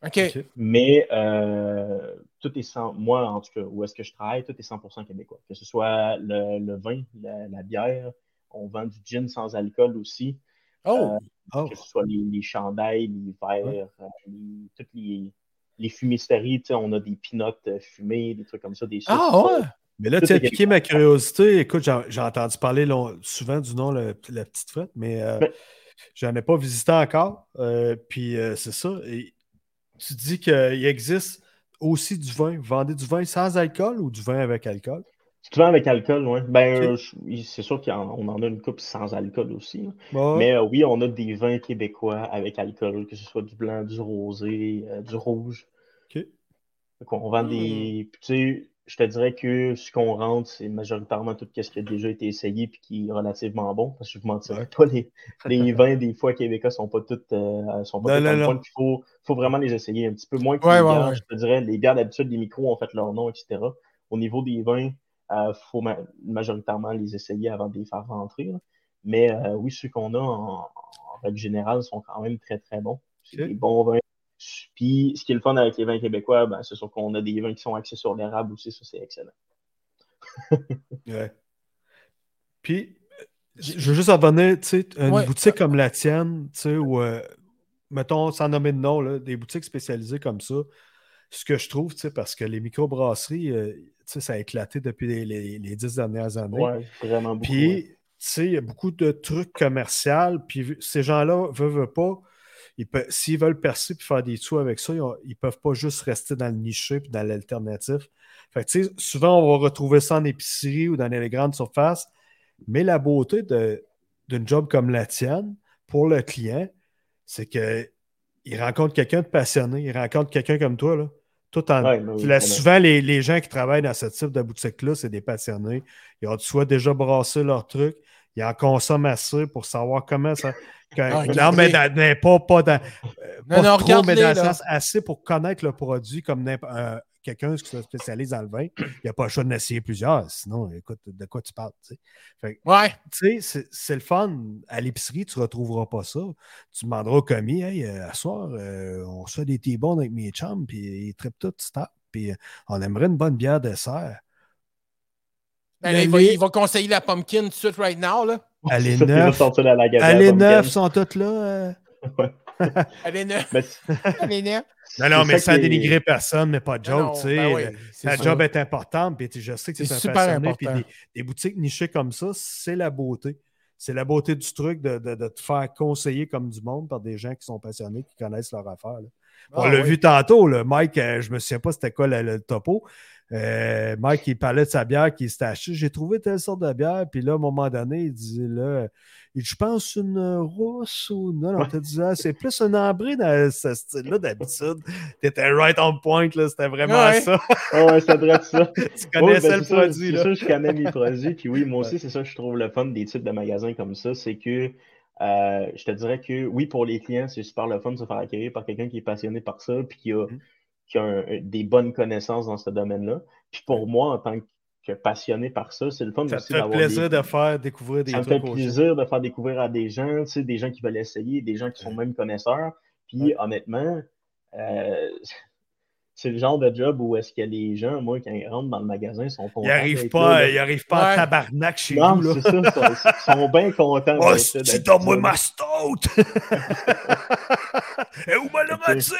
OK. Ok. Mais euh, tout est 100, moi en tout cas, où est-ce que je travaille, tout est 100% québécois. Que ce soit le, le vin, la, la bière, on vend du gin sans alcool aussi, Oh, Oh, que ce soit les, les chandails, les verres, Ouais. euh, les- toutes les, les fumisteries, tu sais, on a des pinottes euh, fumées, des trucs comme ça, des ah sauces. ouais. Mais là, Ça, tu as c'est piqué ma curiosité. Écoute, j'en- j'ai entendu parler long- souvent du nom le- La Petite Frette, mais euh, Ouais. j'en ai pas visité encore. Euh, puis euh, c'est ça. Et tu dis qu'il existe aussi du vin. Vous vendez du vin sans alcool ou du vin avec alcool? Souvent avec alcool, ouais. Ben, Ok. euh, je- c'est sûr qu'on en a une coupe sans alcool aussi. là. Bon, Mais euh, oui, on a des vins québécois avec alcool, que ce soit du blanc, du rosé, euh, du rouge. OK. on vend Hmm. des. puis, Tu sais, je te dirais que ce qu'on rentre, c'est majoritairement tout ce qui a déjà été essayé et qui est relativement bon. Parce que je vous mentirais Ouais. pas, les, les vins des fois québécois sont pas toutes euh, sont pas Non, toutes non, on non. point qu'il faut, faut vraiment les essayer un petit peu moins que Ouais, les ouais, bières. ouais. Je te dirais, les bières d'habitude, les micros ont fait leur nom, etc. Au niveau des vins, il faut ma- majoritairement les essayer avant de les faire rentrer. là. Mais euh, oui, ceux qu'on a en, en règle générale sont quand même très très bons. C'est Ok. des bons vins. Puis, ce qui est le fun avec les vins québécois, ben, c'est sûr qu'on a des vins qui sont axés sur l'érable aussi, ça c'est excellent. Ouais. Puis, euh, je je veux juste revenir, tu sais, une Ouais. boutique comme la tienne, tu sais, où, euh, mettons, sans nommer de nom, là, des boutiques spécialisées comme ça, ce que je trouve, tu sais, parce que les microbrasseries, euh, tu sais, ça a éclaté depuis les, les- les dix dernières années. Ouais, vraiment beaucoup. Puis, ouais. tu sais, il y a beaucoup de trucs commerciaux. Puis, vu- ces gens-là veulent, veulent pas. ils pe- S'ils veulent percer et faire des sous avec ça, ils, ont- ils peuvent pas juste rester dans le niché puis dans l'alternatif. Fait que, tu sais, souvent, on va retrouver ça en épicerie ou dans les grandes surfaces. Mais la beauté de- d'une job comme la tienne, pour le client, c'est que il rencontre quelqu'un de passionné, il rencontre quelqu'un comme toi, là. Tout en, Ouais, mais oui, tu l'as- vraiment. souvent, les, les gens qui travaillent dans ce type de boutique-là, c'est des passionnés. Ils ont soit déjà brassé leur truc, ils en consomment assez pour savoir comment ça. que- Ah, non, regardez. mais dans- dans- pas, pas dans. euh, Non, pas non, trop, regardez, mais dans le là. sens assez pour connaître le produit comme n'imp- euh, quelqu'un qui se spécialise dans le vin. Il n'y a pas le choix d'en essayer plusieurs. Sinon, écoute, de quoi tu parles? tu sais. Ouais. Tu sais, c'est- c'est le fun. À l'épicerie, tu ne retrouveras pas ça. Tu demanderas au commis, hey, euh, à soir, euh, on se fait des thés bons avec mes chums, puis ils trippent tout, tu tapes, puis euh, on aimerait une bonne bière dessert. Ben, Le là, il, va, lait- il va conseiller la pumpkin tout de suite right now. Là. Elle est Ça, t'es neuve. ressorti la lagavère, Ah, les Tom Ken. neufs sont toutes là. euh. Elle est neuve. Mais c'est- Elle est neuve. Non, non, c'est mais ça sans qui est- dénigrer personne, mais pas de Non, joke, tu sais. ben oui, euh, c'est Ta ça. job est importante, puis tu- je sais que C'est c'est un super passionné, puis important. des, des boutiques nichées comme ça, c'est la beauté. C'est la beauté du truc de, de- de te faire conseiller comme du monde par des gens qui sont passionnés, qui connaissent leur affaire. là. On Ah, l'a ouais. vu tantôt, le Mike, euh, je me souviens pas c'était quoi le, le topo. Euh, Mike, il parlait de sa bière qu'il s'était achetée. J'ai trouvé telle sorte de bière. Puis là, à un moment donné, il dit là, il dit, je pense une euh, rousse ou non, on te dit ah, c'est plus un ambré dans ce style-là d'habitude. T'étais right on point, là, c'était vraiment Ouais. ça. Ah ouais, ça devrait être ça. tu Oui, ben, connaissais c'est le ça, produit, c'est là. ça, je connais mes produits. Puis oui, moi aussi, c'est ça que je trouve le fun des types de magasins comme ça. C'est que euh, je te dirais que oui, pour les clients, c'est super le fun de se faire accueillir par quelqu'un qui est passionné par ça, puis qui a, Mhm. qui a un- un- des bonnes connaissances dans ce domaine-là. Puis pour moi, en tant que passionné par ça, c'est le fun Ça te aussi fait d'avoir. plaisir des- de faire découvrir des ça me fait trucs aux gens. plaisir de faire découvrir à des gens, tu sais, des gens qui veulent essayer, des gens qui sont même connaisseurs. Puis Ouais. honnêtement, euh, c'est le genre de job où est-ce que les gens, moi, quand ils rentrent dans le magasin, sont contents. Ils n'arrivent d'être pas, là, ils arrivent pas Ouais. en tabarnak chez non, nous. c'est ça, ils sont, ils sont bien contents. Oh, d'être là, c'est d'être dans moi là. ma stout! Et où m'a le Ok. recette?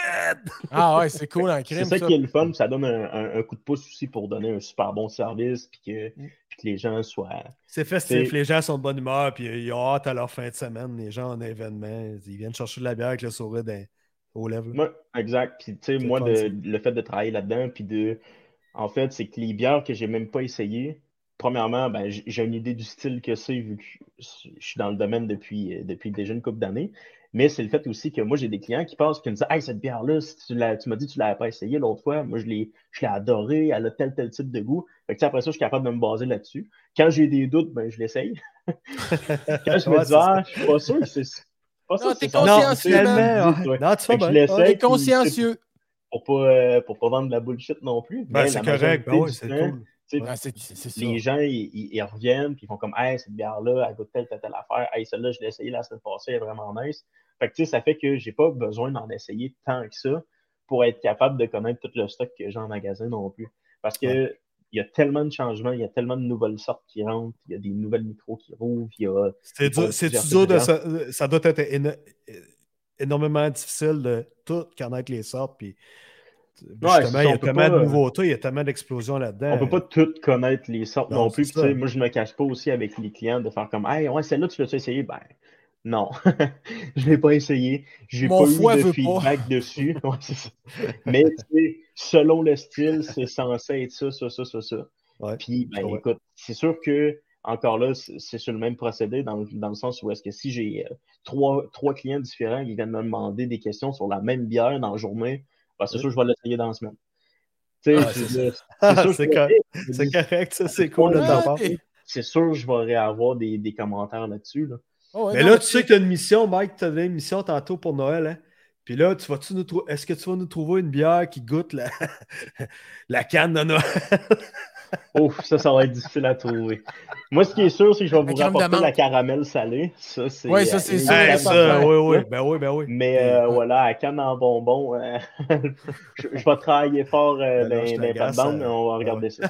Ah ouais, c'est cool en C'est crime. ça ça. qui est le fun, puis ça donne un, un- un coup de pouce aussi pour donner un super bon service, puis que, Mm. puis que les gens soient. C'est festif, C'est- les gens sont de bonne humeur, puis ils ont hâte à leur fin de semaine. Les gens en événement, ils viennent chercher de la bière avec le sourire dans- aux lèvres. là. Moi, exact. Puis, tu sais, C'est moi, fun, de- ça. le fait de travailler là-dedans, puis de. En fait, c'est que les bières que j'ai même pas essayées, premièrement, ben, j- j'ai une idée du style que c'est, vu que je je suis dans le domaine depuis, euh, depuis déjà une couple d'années. Mais c'est le fait aussi que moi, j'ai des clients qui passent, qui me disent Hey, cette bière-là, si tu l'as- tu m'as dit que tu l'avais pas essayée l'autre fois. Moi, je l'ai je l'ai adorée, elle a tel, tel type de goût. Fait que, tu sais, après ça, je suis capable de me baser là-dessus. Quand j'ai des doutes, ben, je l'essaye. Quand je Ouais, me c'est dis ça. Ah, je suis pas sûr, que c'est. c'est Pas sûr Non, que c'est t'es ça. Non, consciencieux, finalement, man. ouais. non, tu fais Fait que On bien. je l'essaie. Ouais. Hey, est puis, consciencieux. pour pas, euh, pour pas vendre de la bullshit non plus. Ben, mais c'est la correct, majorité ben ouais, du c'est temps, cool. tu sais, Ah, c'est c'est ça. Les gens, ils, ils- ils reviennent, puis ils font comme, hey, cette bière-là, elle goûte telle, telle, telle affaire. Hey, celle-là, je l'ai essayée la semaine passée, elle est vraiment nice. Fait que, tu sais, ça fait que j'ai pas besoin d'en essayer tant que ça pour être capable de connaître tout le stock que j'ai en magasin non plus. Parce que, il y a tellement de changements, il y a tellement de nouvelles sortes qui rentrent, il y a des nouvelles micros qui rouvrent, il y a. C'est Bon, dur, c'est plusieurs dur de ingrédients. se- euh, ça doit être éno- é- énormément difficile de tout connaître les sortes. Puis, c'est justement, ça, il y on a peut tellement pas, de euh, nouveautés, il y a tellement d'explosions là-dedans. On peut pas tout connaître les sortes Non, non, plus. c'est Puis, tu sais, ça. moi, je me cache pas aussi avec les clients de faire comme Hey, ouais, celle-là, tu l'as essayé? Ben non. je l'ai pas essayé. J'ai Mon pas foie eu de veut pas. feedback dessus. Ouais, c'est ça. Mais tu sais, selon le style, c'est censé être ça, ça, ça, ça, ça. Ouais. Puis, ben, Ouais. écoute, c'est sûr que, encore là, c'est c'est sur le même procédé, dans, le- dans le sens où est-ce que si j'ai euh, trois, trois clients différents qui viennent me demander des questions sur la même bière dans la journée, ben, c'est Oui. sûr que je vais l'essayer dans la semaine. Tu sais, Ah, je veux c'est dire, Ah, sûr c'est que- correct, je c'est dis- correct, ça, c'est cool de Ouais, ta part. t'es- c'est sûr que je vais avoir des, des commentaires là-dessus. Là. Ah ouais, Mais non, là, tu sais que tu as une mission, Mike, tu as donné une mission tantôt pour Noël. Hein? Puis là, tu vas-tu nous trou- est-ce que tu vas nous trouver une bière qui goûte la, la canne de Noël? Ouf, ça, ça va être difficile à trouver. Moi, ce qui est sûr, c'est que je vais vous crème rapporter d'amande. la caramel salée. Ça, c'est. Ouais, ça, euh, c'est inévitable. sûr, Hey, la ça, canne. oui, oui, ben oui, ben oui. Mais euh, voilà, à canne en bonbon, euh, je, je vais travailler fort euh, Ben non, je dans les t'agace, plates-bandes, euh, on va regarder ça.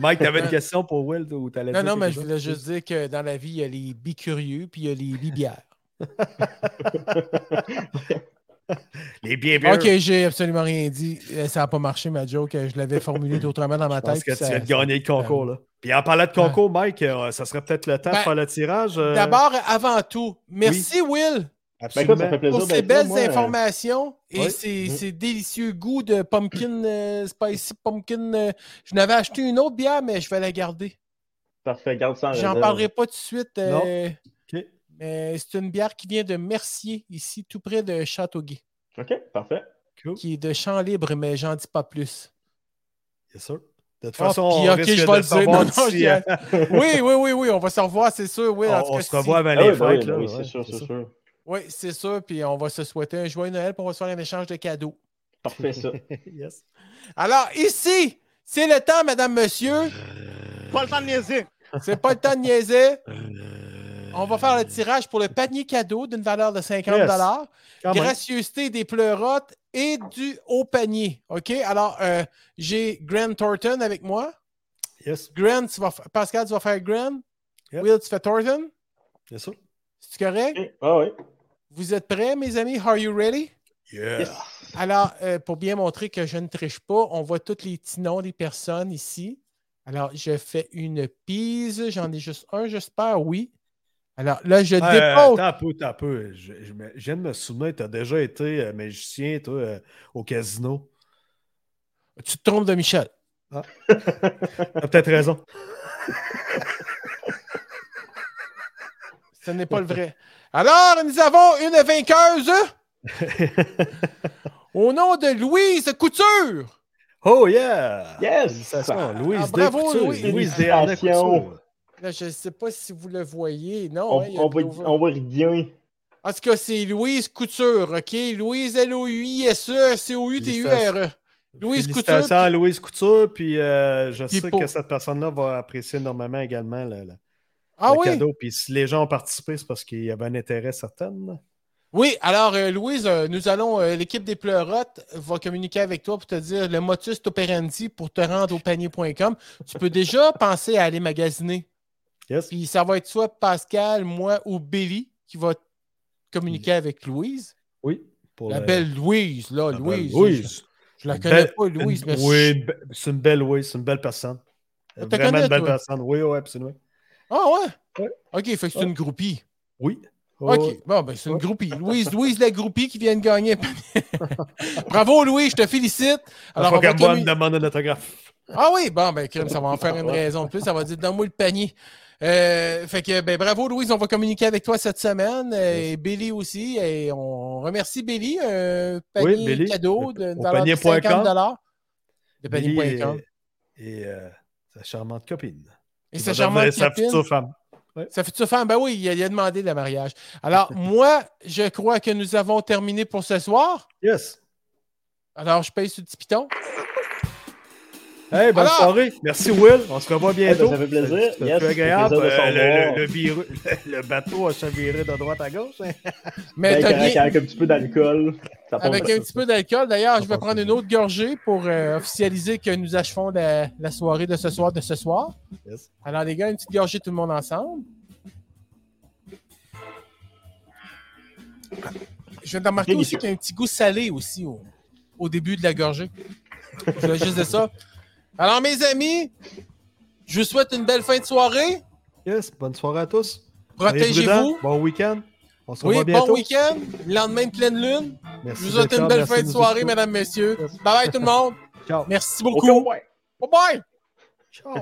Mike, tu avais une question pour Will ou tu Non, non, mais je voulais juste dire que dans la vie, il y a les bicurieux puis il y a les bibières. Les bien Ok, j'ai absolument rien dit. Euh, Ça n'a pas marché, ma joke. Euh, Je l'avais formulée autrement dans ma Je pense tête. que puis tu ça- viens de gagner le concours. Là. Puis en parlant de concours, Mike, euh, ça serait peut-être le temps Ben, de faire le tirage. euh, D'abord, avant tout, merci Will Ben, absolument. écoute, ça fait plaisir pour d'être ces là, belles moi, euh, informations et Ouais. ces, Mhm. ces délicieux goûts de pumpkin, euh, spicy pumpkin. euh, je n'avais acheté une autre bière, mais je vais la garder. Parfait, garde ça en J'en réserve. parlerai pas tout de suite. euh, Ok. mais c'est une bière qui vient de Mercier, ici, tout près de Châteauguay, OK, parfait. Cool. qui est de champ libre, mais j'en dis pas plus. Yes, sir. De toute Ah, façon, puis, on ok, risque je vais de le se dire. revoir Non, non, d'ici, je- hein. Oui, oui, oui, oui, on va se revoir, c'est sûr. Oui, On, en tout on cas, se si- revoit avant Ah les oui, ben oui, fêtes. ben là, oui, ouais, c'est sûr, c'est c'est ça. sûr. Oui, c'est sûr. Puis on va se souhaiter un joyeux Noël pour recevoir un échange de cadeaux. Parfait, ça. Yes. Alors, ici, c'est le temps, madame, monsieur. Pas le temps de niaiser. C'est pas le temps de niaiser. On va faire le tirage pour le panier cadeau d'une valeur de 50 dollars, Quand même. gracieuseté des pleurotes et du haut panier. OK? Alors, euh, j'ai Grant Thornton avec moi. Yes, Grant, tu vas fa- Pascal, tu vas faire Grant. Yep. Will, tu fais Thornton. bien sûr. C'est correct? OK, Ah oui. Vous êtes prêts, mes amis? Are you ready? Yeah. Yes. Alors, euh, pour bien montrer que je ne triche pas, on voit tous les petits noms des personnes ici. Alors, je fais une pise. J'en ai juste un, j'espère, oui. Alors, là, je Euh, dépose. attends un peu, attends un peu. Je, je me- je viens de me souvenir, tu as déjà été euh, magicien, toi, euh, au casino. Tu te trompes de Michel. T'as peut-être raison. Ce n'est pas le vrai. Alors, nous avons une vainqueuse au nom de Louise Couture. oh yeah! Yes! Félicitations, Louise Ah, de bravo, Couture. Louise. Louise de Arnaud Félicitations. Couture. Là, je ne sais pas si vous le voyez. Non. On, hein, il y a on de va, l'over- on va rien. En tout cas, c'est Louise Couture, OK? Louise L-O-U-I-S-E, C-O-U-T-U-R-E. E. Louise Couture. Félicitations à Louise Couture, puis euh, je Puis sais pour- que cette personne-là va apprécier énormément également le, le- Ah le oui? cadeau. Puis si les gens ont participé, c'est parce qu'il y avait un intérêt certain. Oui, alors euh, Louise, euh, nous allons, euh, l'équipe des pleurotes va communiquer avec toi pour te dire le motus operandi pour te rendre au panier.com. Tu peux déjà penser à aller magasiner. Yes. Puis ça va être soit Pascal, moi ou Billy qui va communiquer avec Louise. Oui. Pour La le- belle Louise, là, la belle Louise. Louise. Je, je la Une connais belle- pas, Louise, une- mais oui, je- une be- c'est une belle, oui, c'est une belle personne. Ah, t'as Vraiment connais, une belle toi? personne. Oui, oui, absolument. Ah ouais? Ouais. OK, fait que c'est Ouais. une groupie. Oui. OK, Oui, bon, ben c'est une Ouais. groupie. Louise, Louise, la groupie qui vient de gagner. Bravo, Louise, je te félicite. Alors, on va Pokémon commu- demande un autographe. Ah oui, bon, ben, crime, ça va en faire une raison de plus. Ça va dire, donne-moi le panier. Euh, fait que, ben, bravo, Louise, on va communiquer avec toi cette semaine. Et Billy aussi. Et on remercie Billy. Un panier Oui, Billy. cadeau de, Au dans l'ordre de panier.com. 50 dollars. De Billy panier.com. Et, et, euh, sa charmante copine. Et Qui sa va charmante devenir sa copine. future femme. Sa future femme, ben oui, il a, il a demandé le mariage. Alors, moi, je crois que nous avons terminé pour ce soir. Yes. Alors, je paye ce petit piton. Hey, bonne Alors- soirée. Merci, Will. On se revoit bientôt. Eh ben, ça fait plaisir. C'était Yes, plus agréable. plaisir de Euh, se le, revoir. le- le viru- le- le bateau a chaviré de droite à gauche. hein. Mais Ben, t'as avec, bien- avec un petit peu d'alcool, ça passe avec bien. un petit peu d'alcool. D'ailleurs, je Ça vais passe prendre bien. une autre gorgée pour euh, officialiser que nous achevons la, la soirée de ce soir de ce soir. Yes. Alors, les gars, une petite gorgée tout le monde ensemble. Je viens de remarquer aussi Délicieux. qu'il y a un petit goût salé aussi au, au début de la gorgée. je voulais juste dire ça. Alors, mes amis, je vous souhaite une belle fin de soirée. Yes, bonne soirée à tous. Soyez Protégez-vous. prudents. Bon week-end. On se revoit Oui, bientôt. bon week-end. Lendemain de pleine lune. Je Merci vous souhaite une d'être là. belle Merci fin de nous soirée, écouter. mesdames, messieurs. Merci. Bye bye tout le monde. Ciao. Merci Ok, beaucoup. ouais. Bye bye. Ciao.